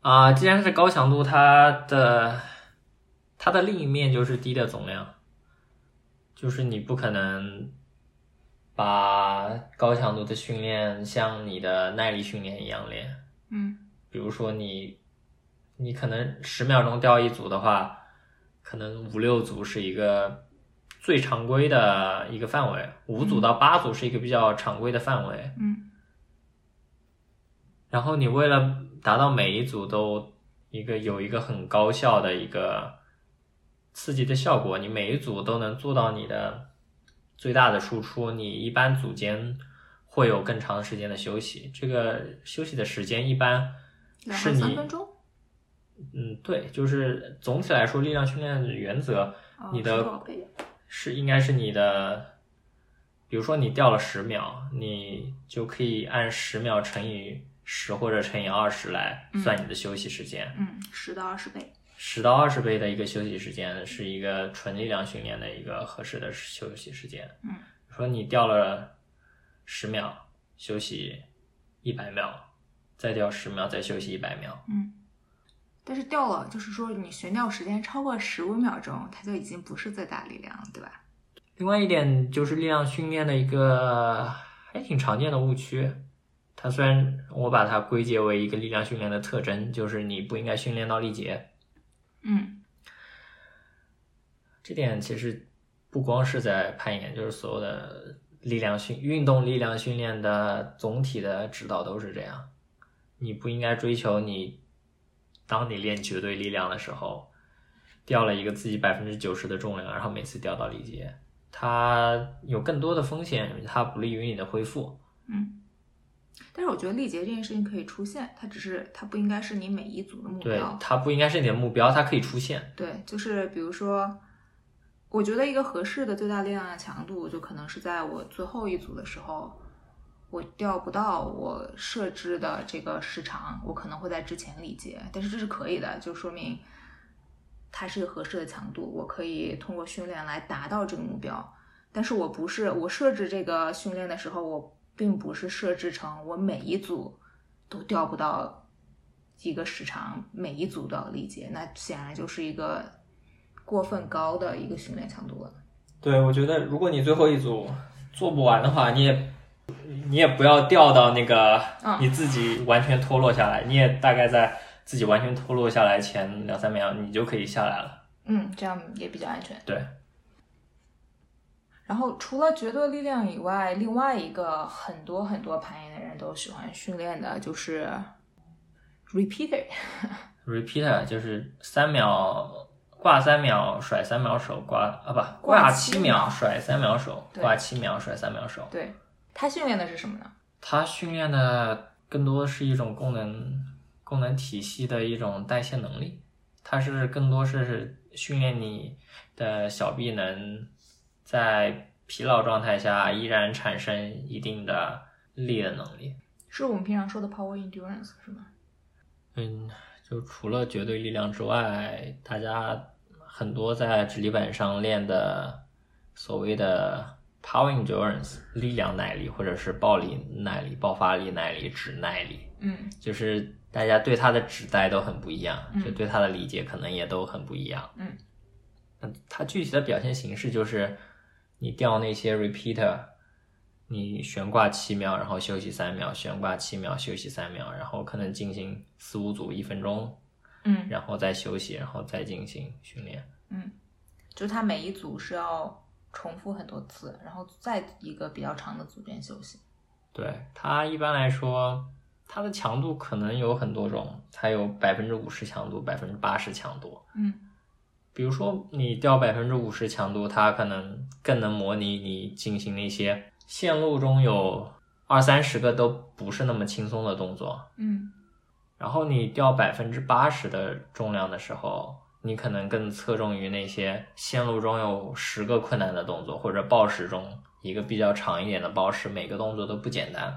啊、既然是高强度，它的它的另一面就是低的总量，就是你不可能把高强度的训练像你的耐力训练一样练。嗯比如说你，你可能十秒钟掉一组的话，可能五六组是一个最常规的一个范围，五组到八组是一个比较常规的范围。嗯然后你为了达到每一组都一个有一个很高效的一个刺激的效果，你每一组都能做到你的最大的输出，你一般组间会有更长时间的休息，这个休息的时间一般两是到你三分钟，嗯，对，就是总体来说，力量训练的原则哦你是的多少倍是应该是你的，比如说你掉了十秒，你就可以按十秒乘以十或者乘以二十来嗯算你的休息时间。嗯，十到二十倍，十、到二十倍的一个休息时间是一个纯力量训练的一个合适的休息时间。嗯，说你掉了十秒，休息一百秒，再掉十秒，再休息一百秒。嗯。但是掉了，就是说你悬吊时间超过十五秒钟，它就已经不是最大力量了，对吧？另外一点就是力量训练的一个还挺常见的误区，它虽然我把它归结为一个力量训练的特征，就是你不应该训练到力竭。嗯这点其实不光是在攀岩，就是所有的力量训运动力量训练的总体的指导都是这样。你不应该追求你，当你练绝对力量的时候，掉了一个自己百分之九十的重量，然后每次掉到力竭，它有更多的风险，它不利于你的恢复。嗯。但是我觉得力竭这件事情可以出现，它只是它不应该是你每一组的目对标，。它不应该是你的目标，它可以出现。对，就是比如说，我觉得一个合适的最大力量的强度，就可能是在我最后一组的时候，我调不到我设置的这个时长，我可能会在之前理解，但是这是可以的，就说明它是一个合适的强度，我可以通过训练来达到这个目标。但是我不是我设置这个训练的时候，我并不是设置成我每一组都调不到一个时长，每一组都要理解，那显然就是一个过分高的一个训练强度了。对，我觉得如果你最后一组做不完的话，你也你也不要掉到那个嗯你自己完全脱落下来，你也大概在自己完全脱落下来前两三秒，你就可以下来了。嗯，这样也比较安全。对，然后除了绝对力量以外，另外一个很多很多攀岩的人都喜欢训练的就是 repeater。 repeater 啊就是三秒挂三秒甩三秒手挂啊不挂挂七七秒秒甩三秒手对挂七秒甩三秒手，对，他训练的是什么呢？它训练的更多是一种功能功能体系的一种代谢能力，它是更多是训练你的小臂能在疲劳状态下依然产生一定的力的能力。是我们平常说的 power endurance 是吗？嗯，就除了绝对力量之外，大家很多在直立板上练的所谓的 power endurance 力量耐力，或者是暴力耐力、爆发力耐力、指耐力。嗯就是大家对它的指代都很不一样，嗯就对它的理解可能也都很不一样。嗯，那它具体的表现形式就是你吊那些 repeater，你悬挂七秒，然后休息三秒，悬挂七秒，休息三秒，然后可能进行四五组一分钟，嗯然后再休息，然后再进行训练。嗯，就他每一组是要重复很多次，然后在一个比较长的组间休息。对它一般来说，它的强度可能有很多种，它有百分之五十强度，百分之八十强度。嗯比如说你掉百分之五十强度，它可能更能模拟你进行那些线路中有二三十个都不是那么轻松的动作。嗯然后你掉百分之八十的重量的时候，你可能更侧重于那些线路中有十个困难的动作，或者暴食中一个比较长一点的暴食，每个动作都不简单。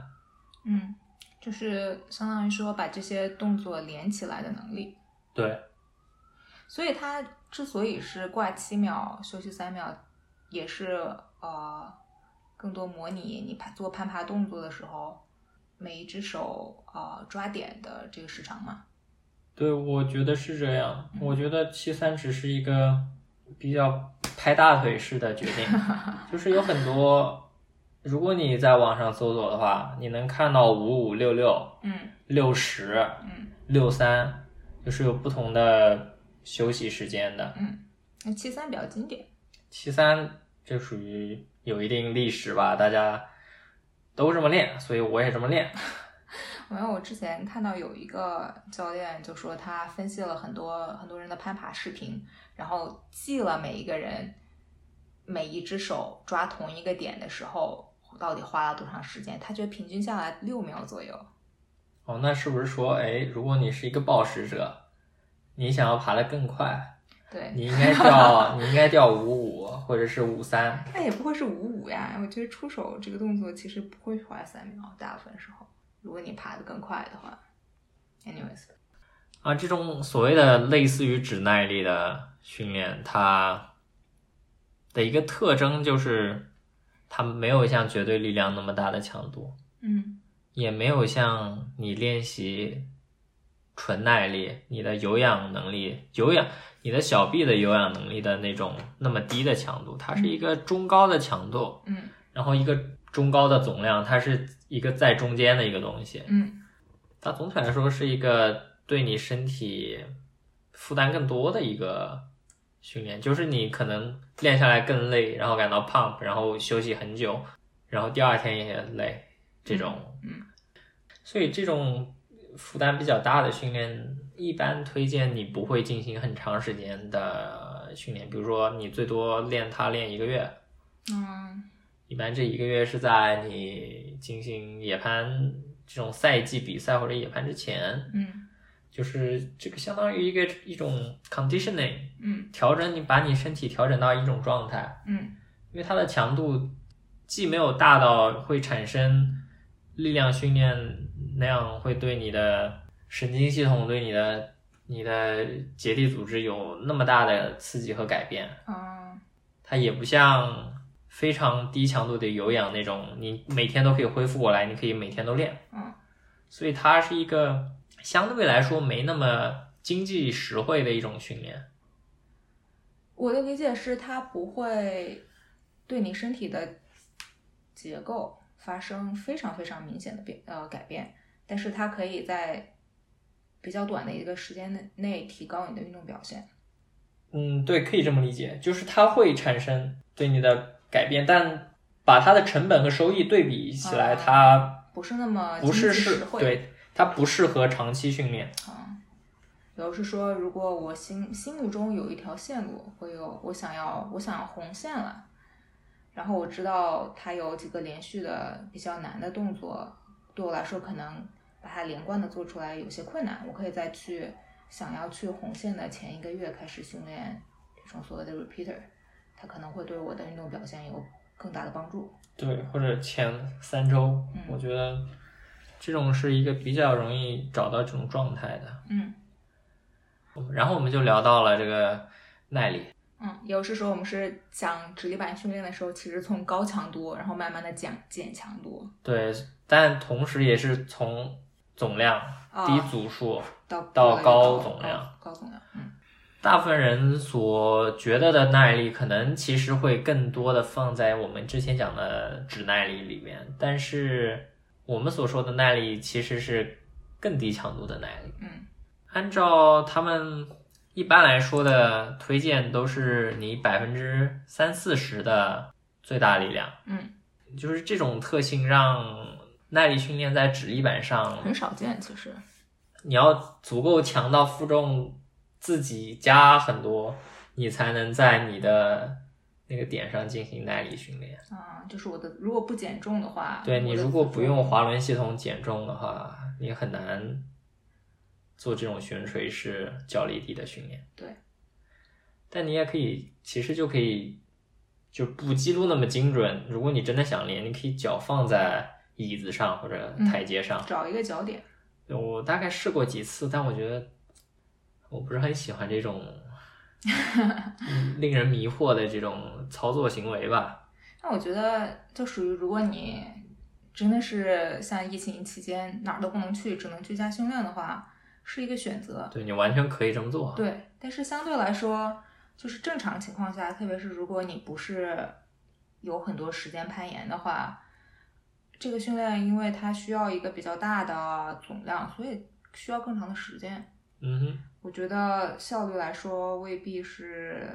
嗯，就是相当于说把这些动作连起来的能力。对，所以他之所以是挂七秒休息三秒，也是呃更多模拟你攀做攀爬动作的时候，每一只手呃抓点的这个时长嘛。对，我觉得是这样。嗯我觉得七三只是一个比较拍大腿式的决定，就是有很多，如果你在网上搜索的话，你能看到五五六六、嗯六十、嗯，六三，就是有不同的休息时间的。那七三比较经典。七三这属于有一定历史吧，大家都这么练，所以我也这么练。因为我之前看到有一个教练就说他分析了很多很多人的攀爬视频，然后记了每一个人每一只手抓同一个点的时候到底花了多长时间，他觉得平均下来六秒左右。哦，那是不是说，哎，如果你是一个暴食者，你想要爬得更快，对，你应该掉， 你应该掉五五或者是五三。那也不会是五五呀。我觉得出手这个动作其实不会花三秒，大部分时候，如果你爬得更快的话。anyways，啊，这种所谓的类似于指耐力的训练，它的一个特征就是，它没有像绝对力量那么大的强度，嗯也没有像你练习纯耐力，你的有氧能力、有氧、你的小臂的有氧能力的那种那么低的强度，它是一个中高的强度，嗯然后一个中高的总量，它是一个在中间的一个东西。嗯它总体来说是一个对你身体负担更多的一个训练，就是你可能练下来更累，然后感到 pump，然后休息很久，然后第二天也累，这种，嗯，所以这种负担比较大的训练，一般推荐你不会进行很长时间的训练，比如说你最多练它练一个月，嗯一般这一个月是在你进行野攀这种赛季比赛或者野攀之前，嗯就是这个相当于一个一种 conditioning 嗯调整，你把你身体调整到一种状态，嗯因为它的强度既没有大到会产生力量训练那样会对你的神经系统、对你的你的结缔组织有那么大的刺激和改变，嗯它也不像非常低强度的有氧那种，你每天都可以恢复过来，你可以每天都练，嗯所以它是一个相对来说没那么经济实惠的一种训练。我的理解是，它不会对你身体的结构发生非常非常明显的变呃改变，但是它可以在比较短的一个时间内内提高你的运动表现。嗯，对，可以这么理解，就是它会产生对你的改变，但把它的成本和收益对比起来，啊它不是那么不是经济适实惠对它不适合长期训练。啊。比如是说，如果我心心目中有一条线路，我有我想要我想要红线了，然后我知道它有几个连续的比较难的动作，对我来说可能把它连贯的做出来有些困难，我可以再去想要去红线的前一个月开始训练这种所谓的 repeater，它可能会对我的运动表现有更大的帮助。对，或者前三周，嗯我觉得这种是一个比较容易找到这种状态的。嗯然后我们就聊到了这个耐力，嗯，也就是说我们是讲直立板训练的时候，其实从高强度，然后慢慢的讲减强度。对，但同时也是从总量啊低组数，到到高高总量高，高总量，嗯大部分人所觉得的耐力，可能其实会更多的放在我们之前讲的指耐力里面，但是我们所说的耐力其实是更低强度的耐力。嗯按照他们一般来说的推荐，都是你百分之三四十的最大力量。嗯，就是这种特性让耐力训练在指力板上，很少见其实，你要足够强到负重自己加很多，你才能在你的那个点上进行耐力训练。啊、就是我的如果不减重的话，对啊我你的如果负不重用滑轮系统减重的话，你很难做这种悬垂式脚离地的训练。对，但你也可以，其实就可以就不记录那么精准。如果你真的想练，你可以脚放在椅子上或嗯者台阶上。找一个脚点，我大概试过几次，但我觉得我不是很喜欢这种嗯令人迷惑的这种操作行为吧。那我觉得就属于如果你真的是像疫情期间哪儿都不能去，只能居家训练的话，是一个选择。对你完全可以这么做。对，但是相对来说，就是正常情况下，特别是如果你不是有很多时间攀岩的话，这个训练因为它需要一个比较大的总量，所以需要更长的时间。嗯哼，我觉得效率来说未必是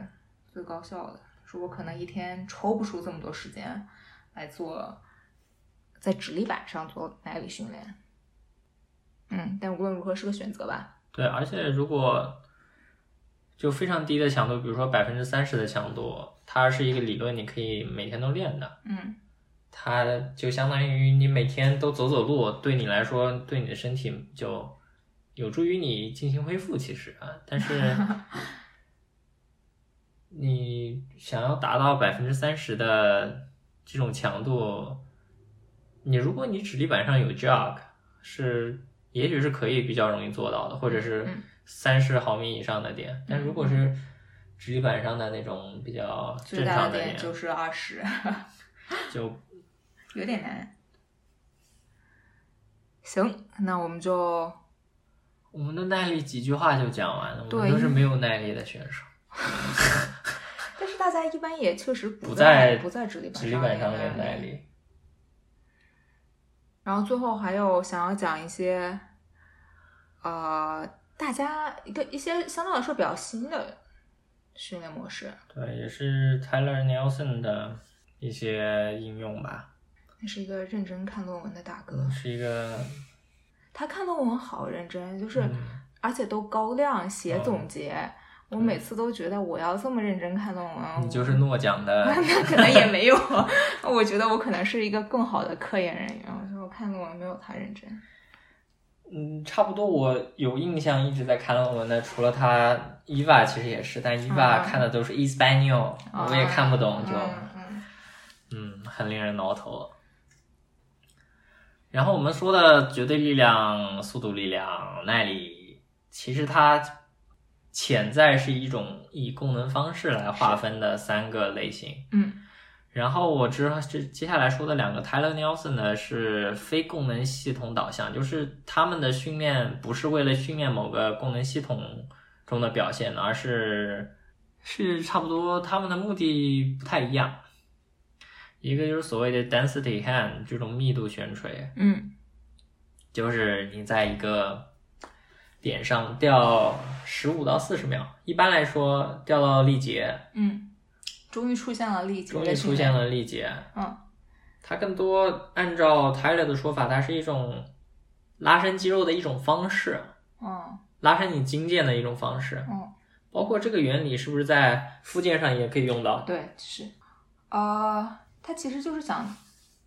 最高效的，就是我可能一天抽不出这么多时间来做在直立板上做耐力训练。嗯，但无论如何是个选择吧。对，而且如果就非常低的强度，比如说百分之三十的强度，它是一个理论，你可以每天都练的。嗯，它就相当于你每天都走走路，对你来说，对你的身体就有助于你进行恢复。其实啊，但是你想要达到百分之三十的这种强度，你如果你指力板上有 jog，是也许是可以比较容易做到的，或者是嗯三十毫米以上的点。但如果是指力板上的那种比较最正大常的点点，就是二十，就有点难。行，那我们就我们的耐力几句话就讲完了，我对们都是没有耐力的选手，但是大家一般也确实不不在不在直立板直立板上练有耐。力。然后最后还有想要讲一些，呃，大家一个一些相对来说比较新的训练模式，对，也是 Tyler Nelson 的一些应用吧，那是一个认真看论文的大哥，是一个他看论文好认真，就是、嗯而且都高亮写嗯总结。我每次都觉得我要这么认真看论文，你就是诺奖 的那可能也没有，我觉得我可能是一个更好的科研人员。我觉得我看论文没有他认真。嗯，差不多。我有印象一直在看论文的，除了他伊娃其实也是，但伊嗯娃看的都是 Espanol，、我也看不懂，就嗯嗯嗯，很令人挠头。然后我们说的绝对力量、速度力量、耐力，其实它潜在是一种以功能方式来划分的三个类型。嗯然后我之后这接下来说的两个 Tyler Nelson 呢是非功能系统导向，就是他们的训练不是为了训练某个功能系统中的表现，而是是差不多他们的目的不太一样。一个就是所谓的 density hand 这种密度悬垂，嗯就是你在一个点上掉十五到四十秒，一般来说掉到力竭，嗯，终于出现了力竭终的于训出练现了力竭，嗯它更多按照 Tyler 的说法，它是一种拉伸肌肉的一种方式，嗯拉伸你筋腱的一种方式。嗯，包括这个原理是不是在附件上也可以用到？对，是，呃，他其实就是想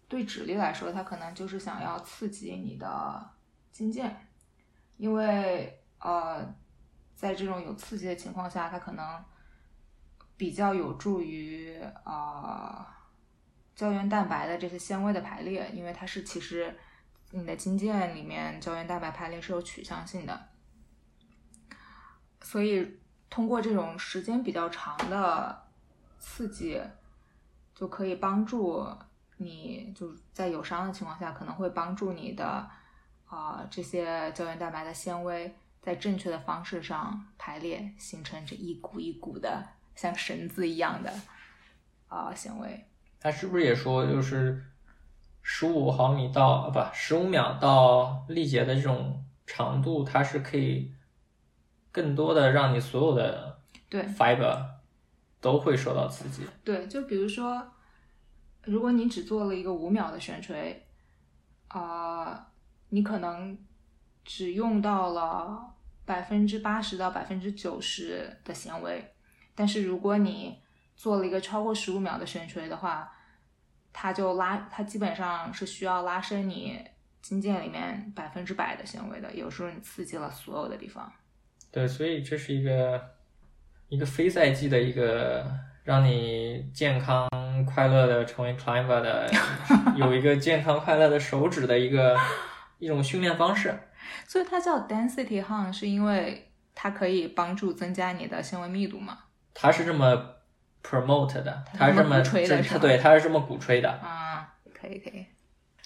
对指力来说，他可能就是想要刺激你的筋腱，因为呃，在这种有刺激的情况下，它可能比较有助于呃胶原蛋白的这些纤维的排列，因为它是其实你的筋腱里面胶原蛋白排列是有取向性的，所以通过这种时间比较长的刺激，就可以帮助你，就是在有伤的情况下，可能会帮助你的啊、这些胶原蛋白的纤维在正确的方式上排列，形成这一股一股的像绳子一样的啊、纤维。它是不是也说就是十五毫米到啊不十五秒到力竭的这种长度，它是可以更多的让你所有的对 fiber 都会受到刺激。对，就比如说，如果你只做了一个五秒的悬垂，啊、你可能只用到了百分之八十到百分之九十的纤维，但是如果你做了一个超过十五秒的悬垂的话，它就拉，它基本上是需要拉伸你筋腱里面百分之百的纤维的，有时候你刺激了所有的地方。对，所以这是一个一个非赛季的一个让你健康快乐的成为 climber 的有一个健康快乐的手指的一个一种训练方式。所以它叫 density hung，是因为它可以帮助增加你的纤维密度嘛？他是这么 promote 的，他是他这是这么么鼓吹的这是吧他对他是这么鼓吹的。啊，可以可以，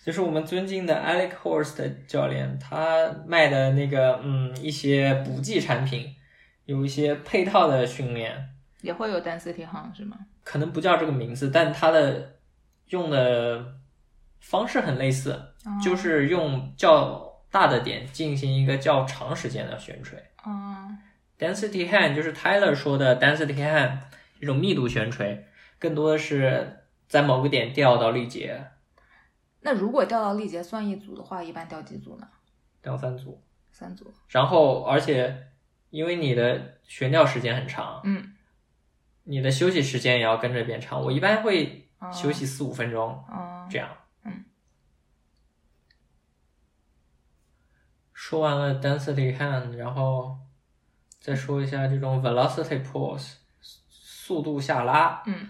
就是我们尊敬的 Alec Horst 教练，他卖的那个嗯一些补剂产品，有一些配套的训练，也会有 density hung 是吗？可能不叫这个名字，但他的用的方式很类似，啊就是用较大的点进行一个较长时间的悬垂。啊 Density hand 就是 Tyler 说的 density hand 一种密度悬垂，更多的是在某个点吊到力竭，那如果调到力竭算一组的话，一般调几组呢？吊三组。三组。然后而且因为你的悬吊时间很长，嗯，你的休息时间也要跟着变长。我一般会啊休息四五分钟、啊，这样。嗯。说完了 density hand，然后再说一下这种 velocity pulse 速度下拉，嗯，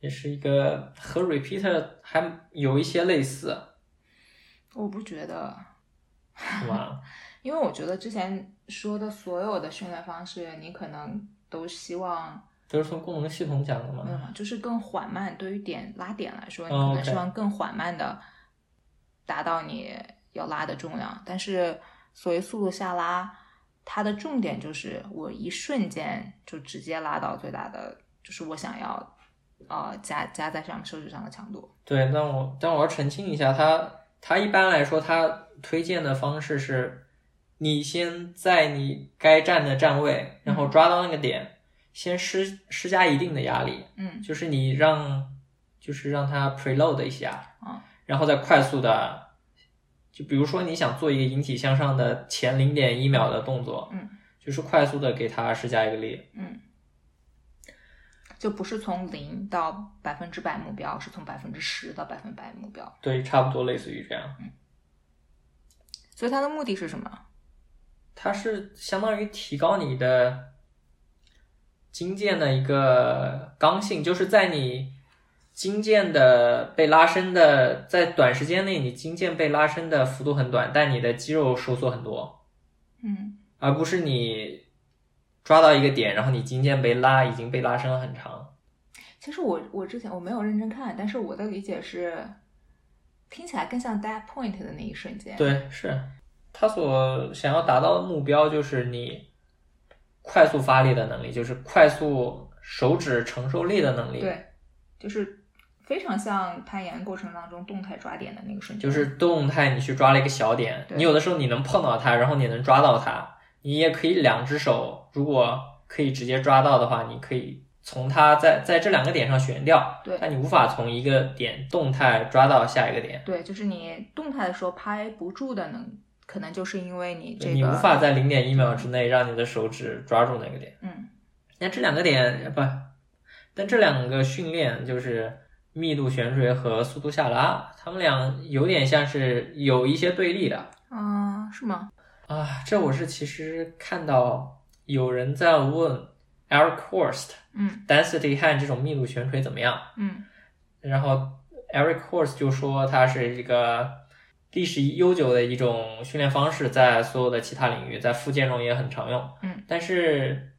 也是一个和 repeater 还有一些类似，我不觉得，是吗？因为我觉得之前说的所有的训练方式，你可能都希望都是从功能系统讲的没有嘛。嘛，就是更缓慢。对于点拉点来说，你嗯哦可能 OK 希望更缓慢的达到你要拉的重量，但是所谓速度下拉，它的重点就是我一瞬间就直接拉到最大的，就是我想要呃加加在上面手指上的强度。对，但我但我要澄清一下，他他一般来说他推荐的方式是，你先在你该站的站位，然后抓到那个点，先施施加一定的压力，嗯就是你让就是让它 preload 一下，嗯然后再快速的，就比如说你想做一个引体向上的前零点一秒的动作，嗯，就是快速的给它施加一个力，嗯，就不是从零到百分之百目标，是从百分之十到百分百目标。对，差不多类似于这样。所以它的目的是什么？它是相当于提高你的筋腱的一个刚性，就是在你筋腱的被拉伸的，在短时间内你筋腱被拉伸的幅度很短，但你的肌肉收缩很多，嗯而不是你抓到一个点，然后你筋腱被拉已经被拉伸了很长。其实我我之前我没有认真看，但是我的理解是，听起来更像 that point 的那一瞬间。，对，是他所想要达到的目标就是你快速发力的能力，就是快速手指承受力的能力。对，就是非常像攀岩过程当中动态抓点的那个瞬间。就是动态，你去抓了一个小点，对你有的时候你能碰到它，然后你能抓到它，你也可以两只手，如果可以直接抓到的话，你可以从它在在这两个点上悬吊，对但你无法从一个点动态抓到下一个点，对，就是你动态的时候拍不住的能，可能就是因为你这个你无法在零点一秒之内让你的手指抓住那个点。嗯那这两个点呃不，但这两个训练就是密度悬垂和速度下拉，它们俩有点像是有一些对立的。啊、是吗？啊，这我是其实看到有人在问 Eric Horst 嗯 density hand 这种密度悬垂怎么样，嗯然后 Eric Horst 就说它是一个历史悠久的一种训练方式，在所有的其他领域，在附件中也很常用。嗯，但是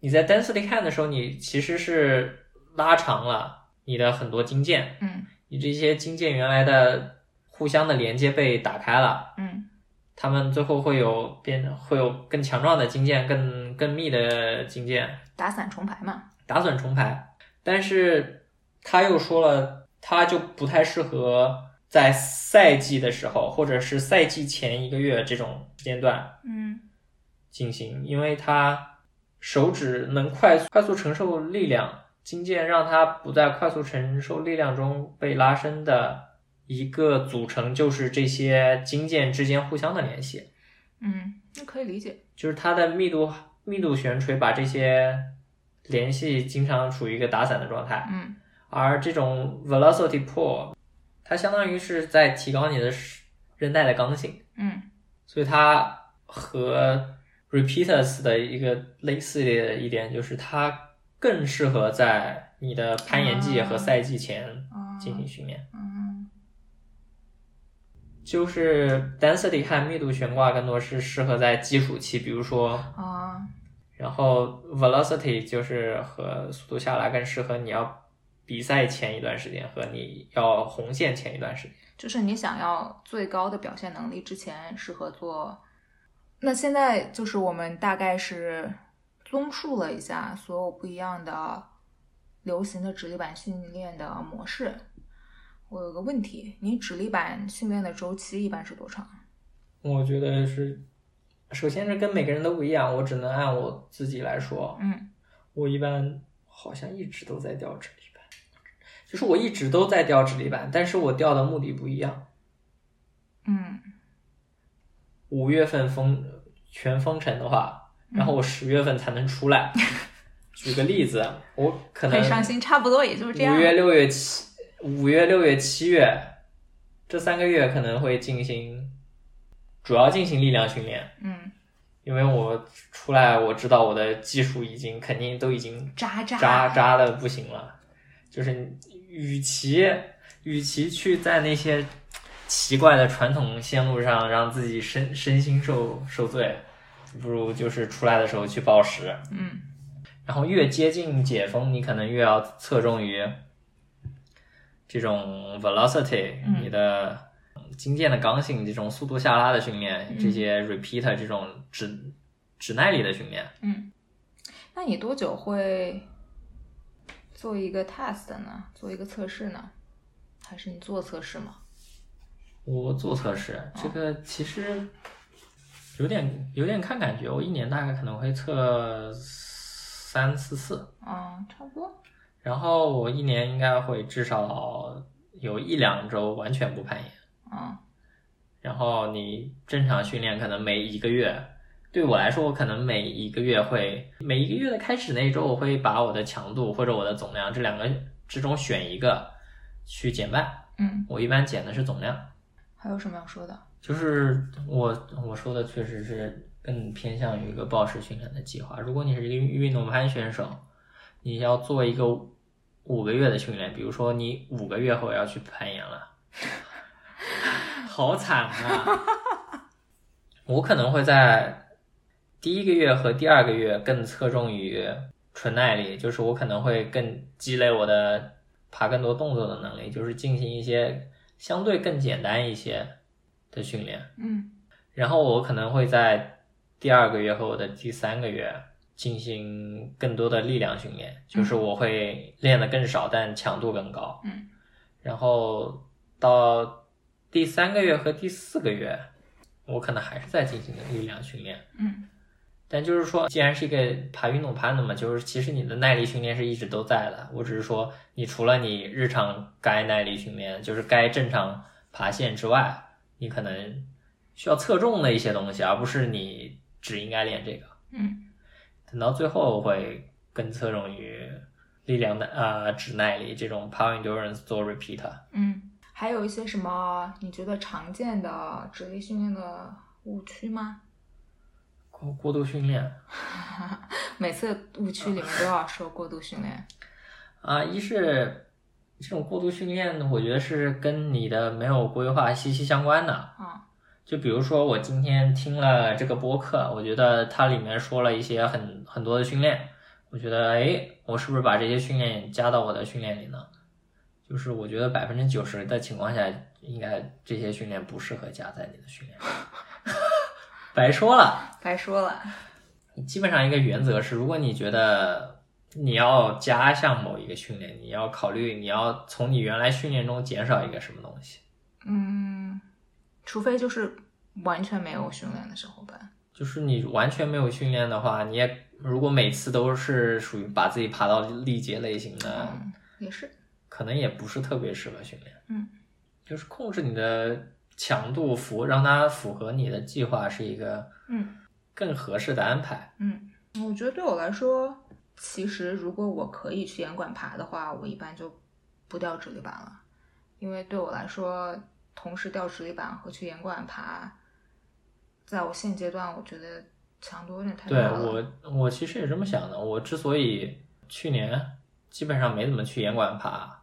你在 density hand 的时候，你其实是拉长了你的很多筋腱，嗯你这些筋腱原来的互相的连接被打开了。嗯他们最后会有变，会有更强壮的经腱，更更密的经腱，打散重排嘛。打散重排。但是他又说了，他就不太适合在赛季的时候，或者是赛季前一个月这种时间段嗯。进行，因为他手指能快速快速承受力量，经腱让它不在快速承受力量中被拉伸的一个组成，就是这些经腱之间互相的联系。嗯，那可以理解。就是它的密度密度悬垂把这些联系经常处于一个打散的状态，嗯而这种 velocity pull，它相当于是在提高你的韧带的刚性，嗯所以它和 repeaters 的一个类似的一点就是它更适合在你的攀岩季和赛季前啊进行训练，嗯就是 density 和密度悬挂更多是适合在基础期，比如说啊然后 velocity 就是和速度下拉跟是和你要比赛前一段时间和你要红线前一段时间。就是你想要最高的表现能力之前适合做。那现在就是我们大概是综述了一下所有不一样的流行的直立板训练的模式。我有个问题，你直立板训练的周期一般是多长？我觉得是，首先是跟每个人都不一样，我只能按我自己来说，嗯，我一般好像一直都在吊直立板，就是我一直都在吊直立板，但是我吊的目的不一样。嗯，五月份封全封城的话，嗯然后我十月份才能出来。 举个例子，我可能很伤心，差不多也就是这样五。月、六月、七五月、六月、七月这三个月可能会进行，主要进行力量训练，嗯，因为我出来我知道我的技术已经肯定都已经渣渣渣渣的不行了，就是你与其与其去在那些奇怪的传统线路上让自己身身心受受罪，不如就是出来的时候去暴食。嗯然后越接近解封，你可能越要侧重于这种 velocity，、嗯你的经腱的刚性，这种速度下拉的训练，嗯这些 repeater 这种指指耐力的训练。嗯，那你多久会做一个 test 呢？做一个测试呢？还是你做测试吗？我做测试，这个其实有点有点看感觉，我一年大概可能会测三四次，啊，差不多。然后我一年应该会至少有一两周完全不攀岩。啊，然后你正常训练可能每一个月，对我来说，我可能每一个月会每一个月的开始那一周，我会把我的强度或者我的总量这两个之中选一个去减半。嗯，我一般减的是总量，还有什么要说的？就是我我说的确实是更偏向于一个暴食训练的计划。如果你是一个运动攀选手，你要做一个五个月的训练，比如说你五个月后要去攀岩了， 好惨啊！我可能会在第一个月和第二个月更侧重于纯耐力，就是我可能会更积累我的爬更多动作的能力，就是进行一些相对更简单一些的训练。嗯然后我可能会在第二个月和我的第三个月进行更多的力量训练，就是我会练的更少，但强度更高。嗯，然后到第三个月和第四个月，我可能还是在进行力量训练。嗯但就是说，既然是一个爬运动攀的嘛，就是其实你的耐力训练是一直都在的。我只是说，你除了你日常该耐力训练，就是该正常爬线之外，你可能需要侧重的一些东西，而不是你只应该练这个。嗯等到最后会更侧重于力量的呃指耐力这种 power endurance 做 repeat。嗯，还有一些什么你觉得常见的职业训练的误区吗？过过度训练每次误区里面都要说过度训练。啊，一是这种过度训练，我觉得是跟你的没有规划息息相关的。啊，就比如说，我今天听了这个播客，我觉得它里面说了一些很很多的训练，我觉得，哎，我是不是把这些训练加到我的训练里呢？就是我觉得百分之九十的情况下，应该这些训练不适合加在你的训练里， 白说了。白说了。基本上一个原则是，如果你觉得你要加项某一个训练，你要考虑你要从你原来训练中减少一个什么东西。嗯，除非就是完全没有训练的时候吧。就是你完全没有训练的话，你也如果每次都是属于把自己爬到力竭类型的，嗯，也是。可能也不是特别适合训练。嗯，就是控制你的强度符，让它符合你的计划，是一个嗯更合适的安排。嗯，我觉得对我来说，其实如果我可以去岩馆爬的话，我一般就不掉直立板了，因为对我来说，同时掉直立板和去岩馆爬，在我现阶段，我觉得强度有点太大对了。我，我其实也这么想的。我之所以去年基本上没怎么去岩馆爬，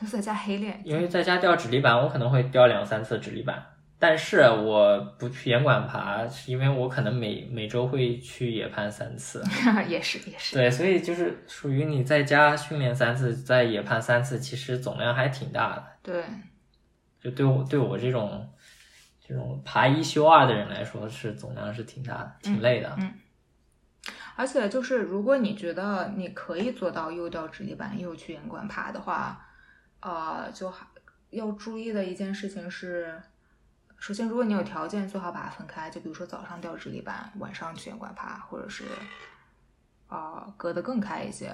就在家黑练。因为在家吊直立板，我可能会吊两三次直立板，但是我不去岩馆爬，是因为我可能每每周会去野攀三次。 也是也是，对，所以就是属于你在家训练三次，在野攀三次，其实总量还挺大的。对，就对我对我这种这种爬一休二的人来说，是总量是挺大的，挺累的。嗯而且就是如果你觉得你可以做到又掉直立板又去岩馆爬的话，呃，就还要注意的一件事情是，首先如果你有条件，最好把它分开，就比如说早上掉直立板，晚上去岩馆爬，或者是呃隔得更开一些。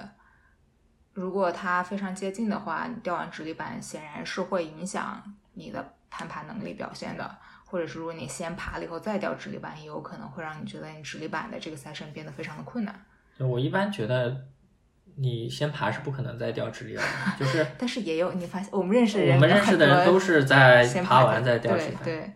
如果它非常接近的话，你掉完直立板显然是会影响你的攀爬能力表现的。或者是如果你先爬了以后再掉直立板，也有可能会让你觉得你直立板的这个 session 变得非常的困难。就我一般觉得，你先爬是不可能再掉 直立板的，就是但是也有你发现，我们认识的人，我们认识的人都是在先爬爬完再掉直对立板，对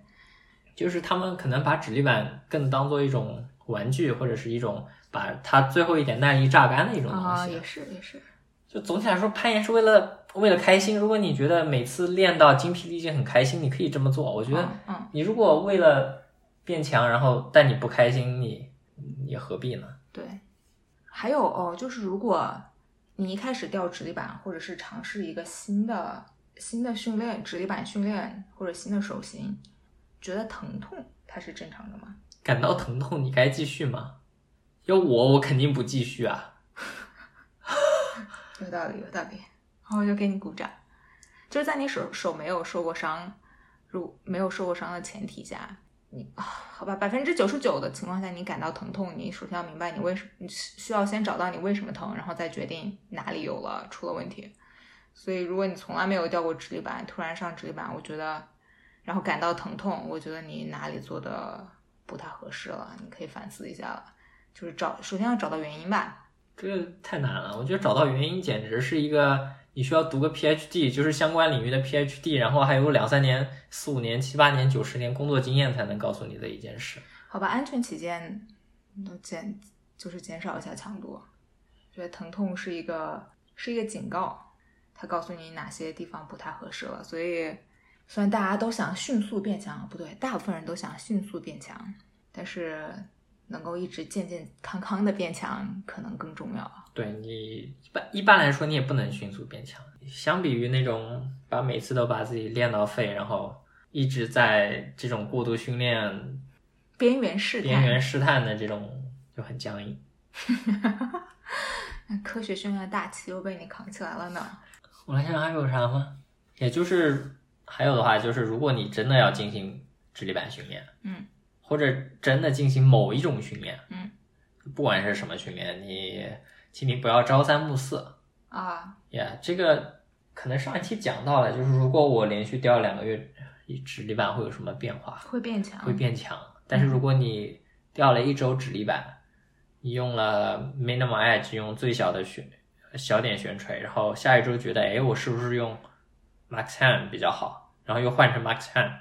就是他们可能把直立板更当做一种玩具，或者是一种把它最后一点耐力榨干的一种东啊、西也。是也是，就总体来说，攀岩是为了为了开心。如果你觉得每次练到精疲力尽很开心，你可以这么做。我觉得嗯嗯，你如果为了变强，然后但你不开心，你你何必呢？对。还有哦，就是如果你一开始掉直立板，或者是尝试一个新的新的训练，直立板训练或者新的手型，觉得疼痛它是正常的吗？感到疼痛，你该继续吗？要我，我肯定不继续啊。有道理，有道理。然后我就给你鼓掌。就是在你手手没有受过伤，如没有受过伤的前提下，你啊，好吧，百分之九十九的情况下，你感到疼痛，你首先要明白你为什么，你需需要先找到你为什么疼，然后再决定哪里有了出了问题。所以，如果你从来没有掉过直立板，突然上直立板，我觉得，然后感到疼痛，我觉得你哪里做的不太合适了，你可以反思一下了。就是找，首先要找到原因吧。这个太难了，我觉得找到原因简直是一个你需要读个 PhD，就是相关领域的 PhD，然后还有两三年、四五年、七八年、九十年工作经验才能告诉你的一件事。好吧，安全起见，都减就是减少一下强度。觉得疼痛是一个是一个警告，它告诉你哪些地方不太合适了。所以，虽然大家都想迅速变强，不对，大部分人都想迅速变强，但是能够一直健健康康的变强可能更重要。对你一般一般来说，你也不能迅速变强。相比于那种把每次都把自己练到废，然后一直在这种过度训练、边缘试探，边缘试探的这种，就很僵硬。那科学训练的大旗又被你扛起来了呢。我来想想还有啥吗？也就是还有的话，就是如果你真的要进行直立板训练，嗯，或者真的进行某一种训练，嗯，不管是什么训练，你请你不要朝三暮四。啊，呀、这个可能上一期讲到了，就是如果我连续掉两个月直立板会有什么变化？会变强，会变强。但是如果你掉了一周直立板，你用了 minimum edge，用最小的旋小点悬垂，然后下一周觉得，哎，我是不是用 max hand 比较好？然后又换成 max hand，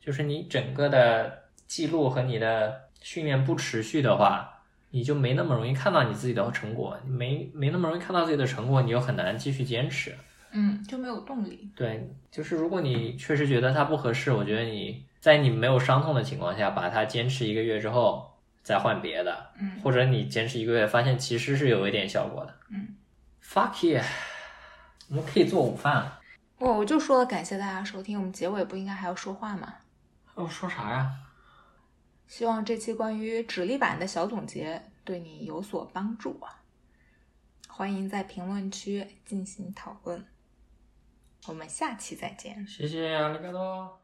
就是你整个的记录和你的训练不持续的话，你就没那么容易看到你自己的成果，你没没那么容易看到自己的成果，你又很难继续坚持。嗯，就没有动力。对，就是如果你确实觉得它不合适，我觉得你在你没有伤痛的情况下，把它坚持一个月之后再换别的，嗯或者你坚持一个月发现其实是有一点效果的。嗯，fuck yeah，我们可以做午饭了。哦我我就说了，感谢大家收听，我们结尾不应该还要说话吗？要哦说啥呀？希望这期关于直立板的小总结对你有所帮助啊！欢迎在评论区进行讨论，我们下期再见。谢谢，阿里嘎多。